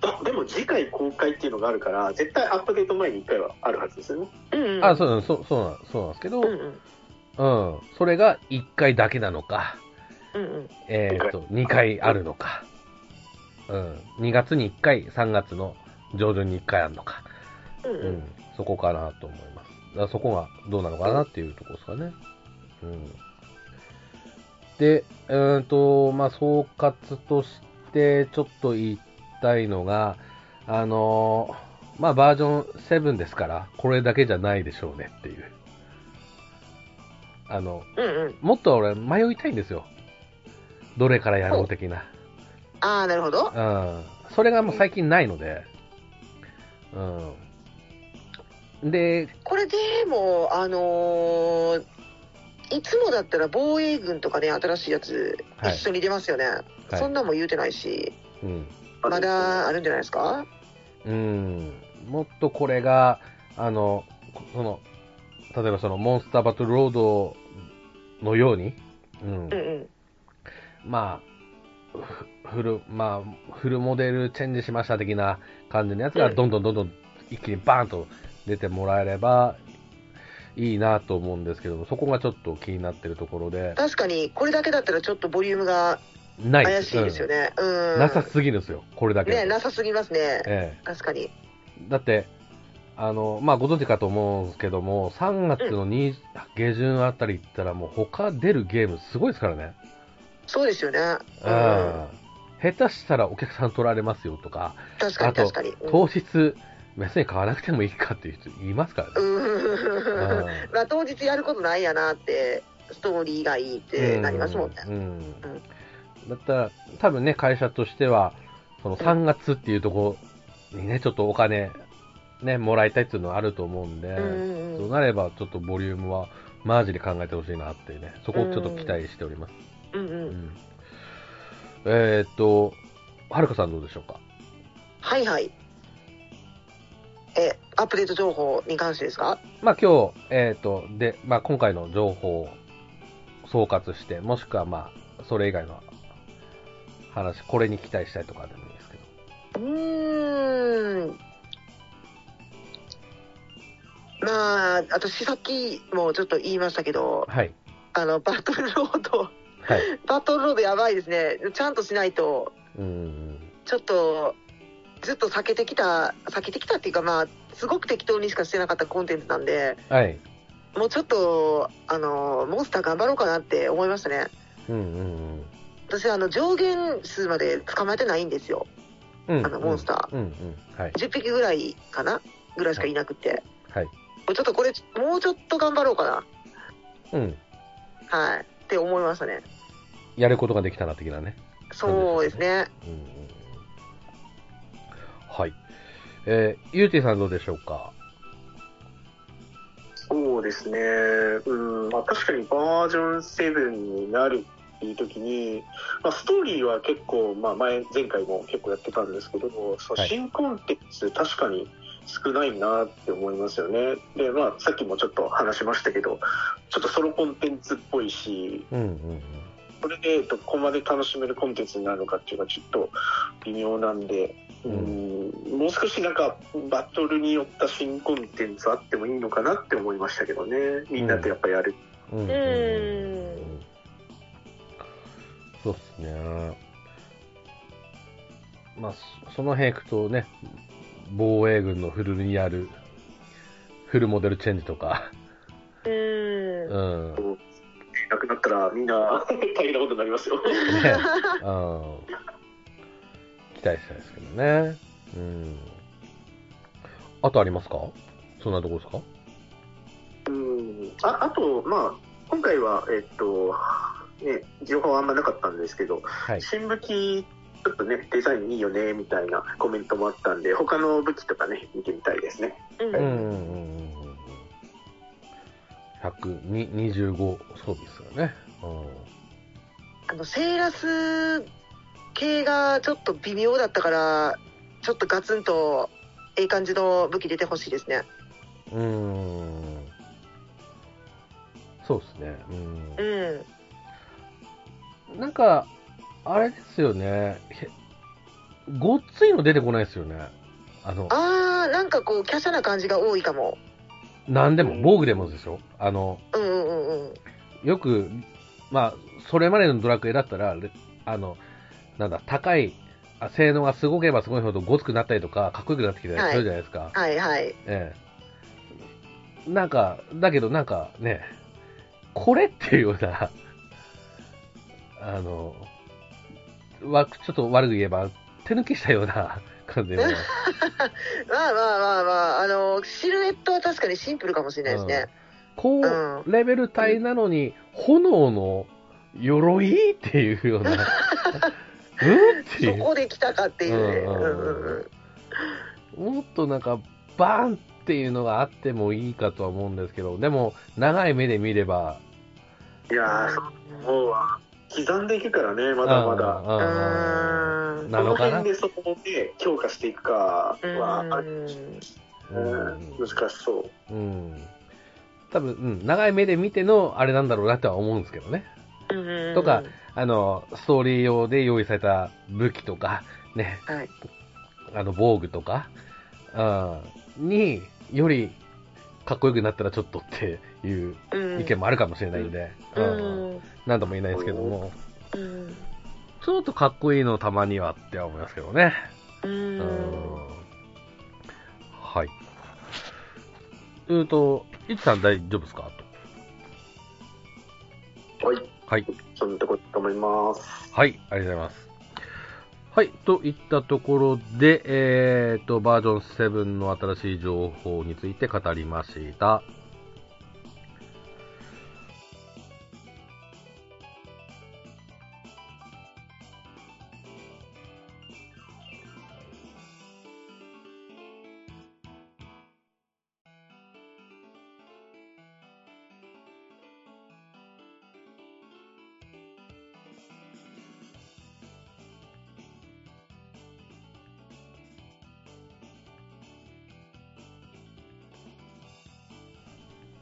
あでも次回公開っていうのがあるから、絶対アップデート前に1回はあるはずですよね。うんうんあ、そうなんそうそうなんそうなんですけど、うんうんうん。それが1回だけなのか、うんうんえっと、2回あるのか。うん。2月に1回、3月の上旬に1回あるのか。うんううんん、そこかなと思います。だからそこがどうなのかなっていうところですかね。うん、で、うーんと、まあ、総括としてちょっと言いたいのが、あのーまあ、バージョン7ですから、これだけじゃないでしょうねっていう。あの、うんうんもっと俺迷いたいんですよ。どれからやろう的な。ああなるほどうんそれがもう最近ないので、うん。で、これでもあのーいつもだったら防衛軍とかね新しいやつはい一緒に出ますよね、はいそんなんも言うてないしうん、まだあるんじゃないですかうん、もっとこれが、あの、こその、例えばそのモンスターバトルロードのように、うんうん、うんまあ、フフル、まあ、フルモデルチェンジしました的な感じのやつが、うんどんどんどんどん一気にバーンと出てもらえれば、いいなと思うんですけども、そこがちょっと気になってるところで、確かにこれだけだったらちょっとボリュームがない怪しいですよね、うんなさすぎるんですよ、これだけだと。ねなさすぎますねえ確かにえだって、あの、まあ、ご存知かと思うんですけども、3月のに下旬あたり行ったら、もう他出るゲームすごいですからね。そうですよね、うん。下手したらお客さん取られますよとか、確かあにと確かに当日、別に買わなくてもいいかっていう人いますからね。うん *laughs* まあ当日やることないやなってストーリーがいいってなりますもんねうん。うんだったら、多分ね、会社としては、その3月っていうところにね、ちょっとお金、ね、もらいたいっていうのはあると思うんで、うんそうなれば、ちょっとボリュームはマジで考えてほしいなっていうね、そこをちょっと期待しております。うんううんんえーっと、はるかさんどうでしょうかはいはいえアップデート情報に関してですかまあ今日、えーっと、で、まあ今回の情報を総括して、もしくはまあ、それ以外の話、これに期待したいとかでもいいですけど。うーんまあ私さっきもちょっと言いましたけどはい。あのバトルロード *laughs* はい。バトルロードやばいですねちゃんとしないとうん。ちょっと、ずっと避けてきた、避けてきたっていうか、まあ、すごく適当にしかしてなかったコンテンツなんで、はい。もうちょっと、あの、モンスター頑張ろうかなって思いましたね。うんうん私、あの、上限数まで捕まえてないんですよ。うん。うんあのモンスタうんうん。はい。 10匹ぐらいかなぐらいしかいなくて。はい。もうちょっとこれ、もうちょっと頑張ろうかうん。な。はい。って思いましたね。やることができたな的なね。そうですね。うんうんうんはい。えー、ゆうてぃさんどうでしょうかそうですね、うんまあ、確かにバージョン7になるっていう時に、まあ、ストーリーは結構、まあ、前前回も結構やってたんですけど、そはのい新コンテンツ、確かに少ないなって思いますよね。で、まあ、さっきもちょっと話しましたけど、ちょっとソロコンテンツっぽいし、うんうんこれでどこまで楽しめるコンテンツになるのかっていうのはちょっと微妙なんで、うんもう少しなんかバトルによった新コンテンツあってもいいのかなって思いましたけどねみんなでやっぱやる、うん。うんうんうんそうっすね。まあ、そその辺いくとね、防衛軍のフルにある、フルモデルチェンジとか、うん。うん。なくなったらみんな *laughs* 大変なことになりますよね、うん期待したいですけどね。うん。あとありますかそんなとこですかうんああとまあ今回はえっとね情報はあんまなかったんですけど、はい。新武器ちょっとねデザインいいよねみたいなコメントもあったんで他の武器とかね見てみたいですねうんうんううんうんうん。125装備ですよね。あの、セーラス系がちょっと微妙だったから、ちょっとガツンと、ええ感じの武器出てほしいですね。うん。うん。そうですね。うんうん。なんか、あれですよね。へごっついの出てこないですよね。あの、あー、なんかこう、華奢な感じが多いかも。なんでも、防具でもでしょあの、うんうんうんうん。よく、まあ、それまでのドラクエだったら、レあの、なんだ、高い、あ性能がすごければすごいほどごつくなったりとか、かっこよくなってきたりするじゃないですか。はいはい。ええ。なんか、だけどなんかね、これっていうような、あの、わちょっと悪く言えば、手抜きしたような感じの。まあまあまあまあ、あの、シルエットは確かにシンプルかもしれないですね。高うんレベル帯なのに、炎の鎧っていう *laughs* ような、うんってい、そうこで来たかっていうね。うんうんうんうん。もっとなんか、バーンっていうのがあってもいいかとは思うんですけど、でも、長い目で見れば、いやーそもうは刻んでいくからねまだまだうんうんうんなのかなこの辺でそこで強化していくかは、あれうんうん難しそううん。多分、うん、長い目で見てのあれなんだろうなとは思うんですけどね。うんとか、あの、ストーリー用で用意された武器とか、ね、はい。あの、防具とか、うん、によりかっこよくなったらちょっとっていううん意見もあるかもしれないんで、ううん、ん。なんとも言えないですけども、うん。ちょっとかっこいいのたまにはって思いますけどね。ううんん。はい。うーんと、いちさん大丈夫ですかはいはい。そんなとこだと思いますはい、ありがとうございます。はい、といったところで、えーと、バージョン7の新しい情報について語りました。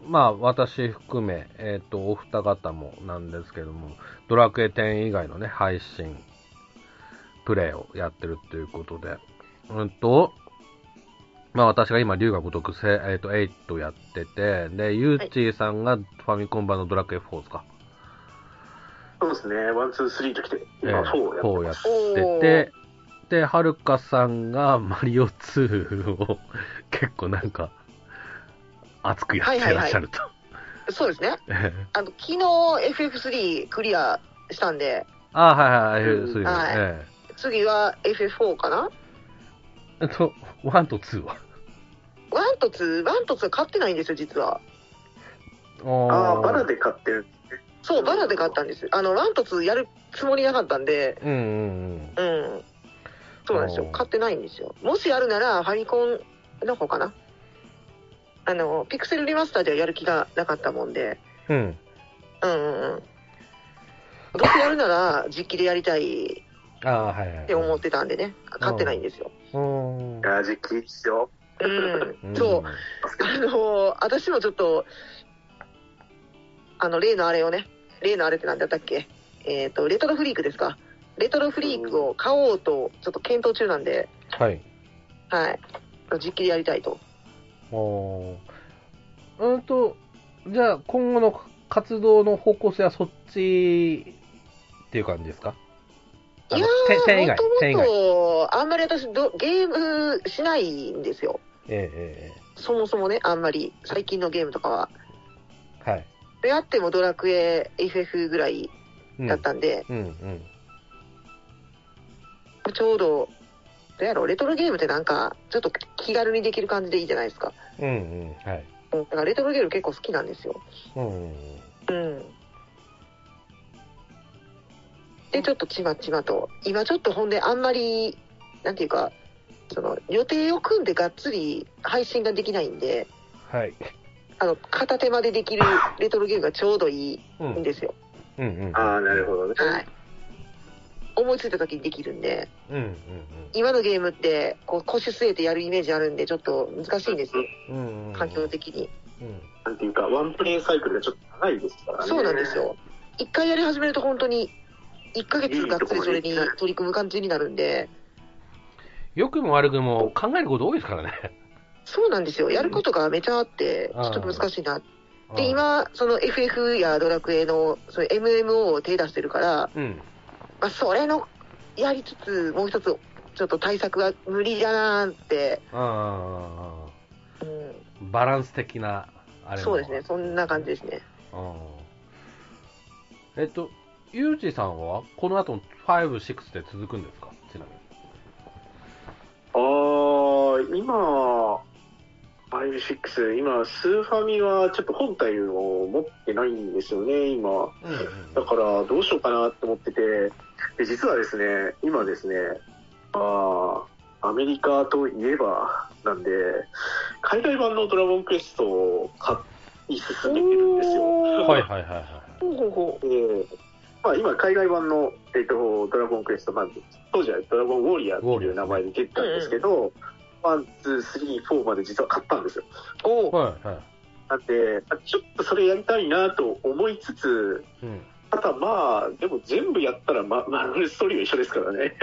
まあ、私含め、えっ、と、お二方もなんですけども、ドラクエ10以外のね、配信、プレイをやってるということで、うんと、まあ私が今、龍が如くせ、えっ、と、8やってて、で、ゆうちーさんがファミコン版のドラクエ4ですか。そうですねワンツースリーときてえ今ーフォーやって4やまっすてて、で、はるかさんがマリオ2を結構なんか、熱くやってらっしゃると。そうですね。あの、昨日 FF3 クリアしたんで、 *laughs* ああ、はいはい、はい、そういうの。はいええ次は FF4 かなえっと、1と2は。 ?1 と2、1と2は買ってないんですよ、実は。あああバラで買ってるそう、バラで買ったんです。あの、ワンとツーやるつもりなかったんで、うんうんうん。そうなんですおよ。ー買ってないんですよ。もしあるなら、ファミコンの方かな。あの、ピクセルリマスターではやる気がなかったもんで、うん。うん。うんうんうん。どうせやるなら、実機でやりたいああ、はいはい。って思ってたんでね、買ってないんですよ。うん。いやー、実機いいっすよ。ううんん。そう。あのー私もちょっと、あの、例のあれをね、例のあれって何だったっけえっ、と、レトロフリークですかレトロフリークを買おうと、ちょっと検討中なんで、はい。はい。実機でやりたいと。おーうんと、じゃあ、今後の活動の方向性はそっちっていう感じですかあいのや点ー、点以外もと、点以も外。と、あんまり私ど、ゲームしないんですよ。えええそもそもね、あんまり、最近のゲームとかは。えはい。であってもドラクエ FF ぐらいうんだっ。たんで、うんうん。ちょうど、どうやろう、レトロゲームってなんか、ちょっと気軽にできる感じでいいじゃないですか。うんうん。はい。うんだからレトロゲーム結構好きなんですよ。うんうん。うん。で、ちょっとちまちまと。今ちょっとほんであんまり、なんていうか、その予定を組んでがっつり配信ができないんで、はい。あの、片手までできるレトロゲームがちょうどいいうんんうんですよ。うん。ああ、なるほどね。はい。思いついた時にできるんで、うんうん今のゲームってこう腰据えてやるイメージあるんで、ちょっと難しいんですよ、うん。うんうん。環境的に。うん。なんていうか、ワンプレイサイクルがちょっと長いですからね。そうなんです。よ。一回やり始めると本当に、一ヶ月がっつりそれに取り組む感じになるんで、良くも悪くも考えること多いですからね。そうなんですよ。やることがめちゃあって、ちょっと難しいな。で、、今、その FF やドラクエの、その MMO を手出してるから、うん。まあ、それの、やりつつ、もう一つ、ちょっと対策は無理だなーって、あうん、あ、バランス的な、あれもそうですね。そんな感じですね。うんえっと、ゆうじさんは、この後、5、6で続くんですかちなみに。ああ、今、5-6、今、スーファミはちょっと本体を持ってないんですよね、今。だから、どうしようかなって思ってて、で、実はですね、今ですね、まあ、アメリカといえば、なんで、海外版のドラゴンクエストを買い進めてるんですよ。はいはいはいはい。ほうほうほえーまあ、今、海外版の、えっとドラゴンクエスト、まあ、当時はドラゴンウォーリアーっていう名前で出てたんですけど、ワン、ツー、スリー、フォーまで実は買ったんですよ。う。おう。はいはなんで、まあちょっとそれやりたいなと思いつつ、い。うん。ただまあ、でも全部やったら、ま、 *laughs* マルストーリーは一緒ですからね。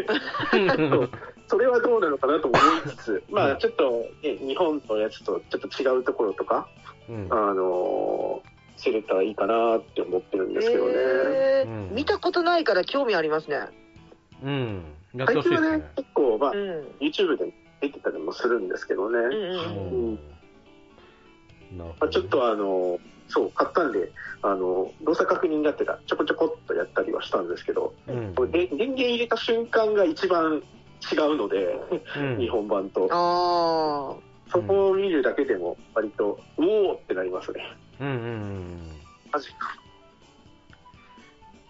*laughs* それはどうなのかなと思いつつ、まあ、ちょっと、ね、日本のやつとちょっと違うところとか、うんあのー、知れたらいいかなって思ってるんですけどね。えうんー、見たことないから興味ありますね。うん。やって最ほしいで近はすねね。、結構、まあう、ん。 YouTube で出てたりもするんですけどね、うんううんうん。んなるほどまあ、ねちょっとあのそう買ったんであの動作確認がてらちょこちょこっとやったりはしたんですけど、うんこれで電源入れた瞬間が一番違うので、うん日本版とあそこを見るだけでも割とうおーってなりますねうんうんうん。マジか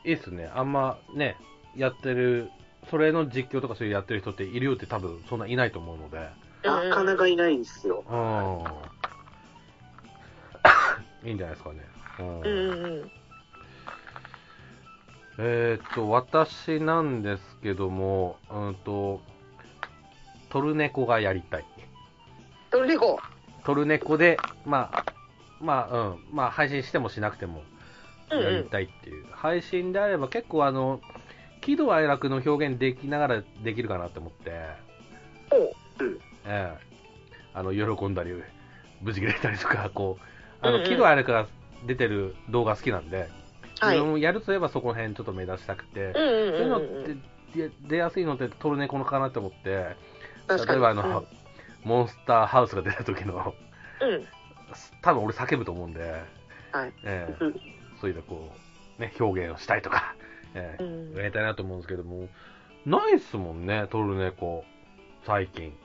いいっすね。あんまね、やってる、それの実況とかそういうやってる人っているよって多分そんないないと思うので。あ。なかなかいないんですよ、うん。いいんじゃないですかね。うんうんうんうん。えーっと、私なんですけども、うんと、トルネコがやりたい。どれでいこトルネコで、まあ、まあ、うん、まあ、配信してもしなくてもう。うんやうりん。たいっていう。配信であれば結構あの、喜怒哀楽の表現できながらできるかなと思って、おう。ええあの、喜んだり、ぶち切れたりとか、こう、あうんの、うん喜怒哀楽が出てる動画好きなんで、はい。自分もやるといえばそこら辺ちょっと目指したくて、うんうんそういううんのうっんてで出やすいのってトルネコのかなと思って、確例かえにばあの、モンスターハウスが出た時の、うんうん多分俺叫ぶと思うんで、はいえ *laughs* えそういうのこう、ね、表現をしたいとか、ええうんやりたいなと思うんですけども、ないっすもんね、トルネコ、最近。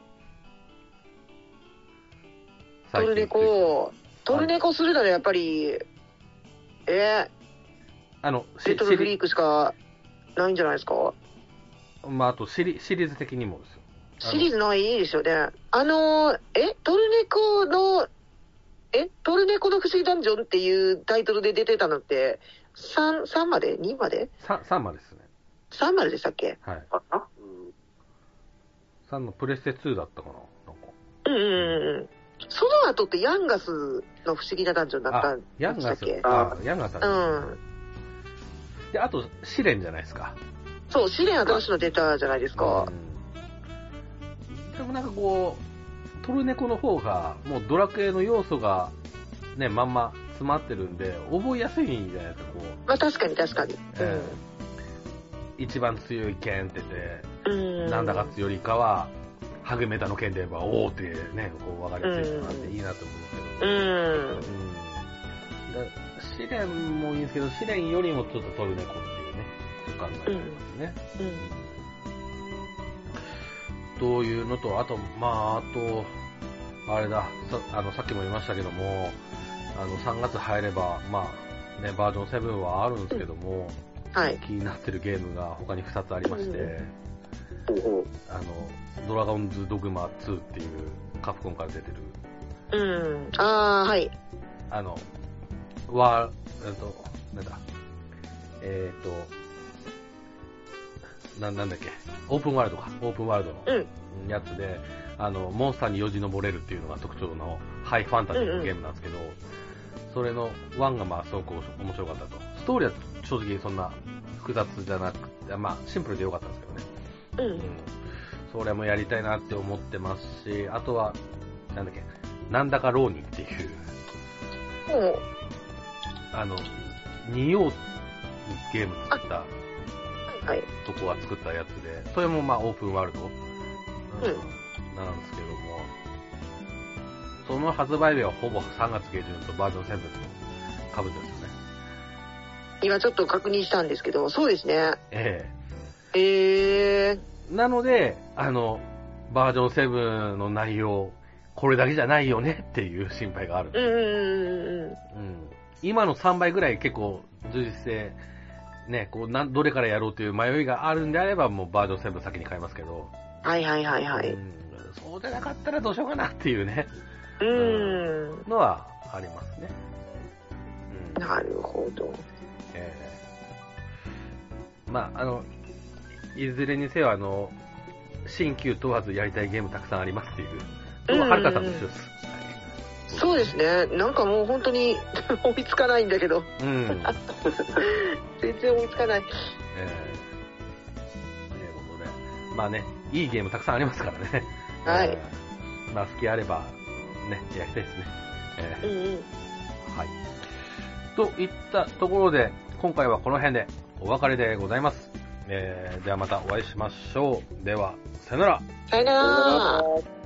トルネコ、トルネコするならやっぱり、えあの、しリトルフリークしかないんじゃないですかまあ、あとシリシリーズ的にもですよ。あのシリーズないですよね。あの、え、トルネコの、え、トルネコの不思議ダンジョンっていうタイトルで出てたのって、3、三まで ?2 までさ3までですね。 ?3 まででしたっけはい。かな、うん、 3のプレステ2だったかな。なんかうんうんうんうん。その後ってヤンガスの不思議なダンジョンだったあん、ヤンガスでしたっ。けあヤンガスだねうんで、あと、試練じゃないですか。そう、試練新しいの出たじゃないですか。うんでもなんかこう、トルネコの方が、もうドラクエの要素が、ね、まんま詰まってるんで、覚えやすいんじゃないですか、こう。まあ確かに確かに。うんえー一番強い剣ってて、うんなんだか強いよりかは、ハグメタの剣で言えば、おおってね、こう分かりやすいかなっていいなと思うんですけうど。ん。うんだ試練もいいんですけど、試練よりもちょっとトルネコっていうね、考えになりますね。うん。というのと、あと、まあ、あと、あれだ、さあのさっきも言いましたけども、あの3月入れば、まあね、バージョン7はあるんですけども、はい。気になってるゲームが他に2つありまして、うほうほあのドラゴンズ・ドグマ2っていうカプコンから出てる、うん。ああ、はい。あの、ワー、えっと、なんだ、えっ、と、な、なんだっけ、オープンワールドか、オープンワールドの。うん。やつで、あの、モンスターによじ登れるっていうのが特徴のハイファンタジーのゲームなんですけど、それの1がまあすごく面白かったと。ストーリーは正直そんな複雑じゃなくて、まあシンプルでよかったんですけどね。ううん。ん。それもやりたいなって思ってますし、あとは、なんだっけ、なんだかローニっていう、もう、あの、仁王ゲーム作ったはい。とこが作ったやつで、それもまあオープンワールド、うんなんですけども、その発売日はほぼ3月下旬とバージョン7と被ってるんですよね。今ちょっと確認したんですけど、そうですね。ええええなので、あの、バージョン7の内容、これだけじゃないよねっていう心配がある。うんうんうんうん。うん今の3倍ぐらい結構充実して、ね、こうなんどれからやろうという迷いがあるんであれば、もうバージョン7先に買いますけど、はいはいはいはうい。んそうじゃなかったらどうしようかなっていうね。うん。のはありますね。うんなるほど。えーまあ、あの、いずれにせよ、あの、新旧問わずやりたいゲームたくさんありますっていう、それははるかさんの一つ。そうですね。なんかもう本当に *laughs* 追いつかないんだけど。うん。 *laughs* えー全然追いつかない。ということで、まあね、いいゲームたくさんありますからね。はいえーまあ、好きあれば、ね、やりたいですね。えうんうん。ーはい。といったところで、今回はこの辺でお別れでございます。えーではまたお会いしましょう。では、さよなら。さよなら。う。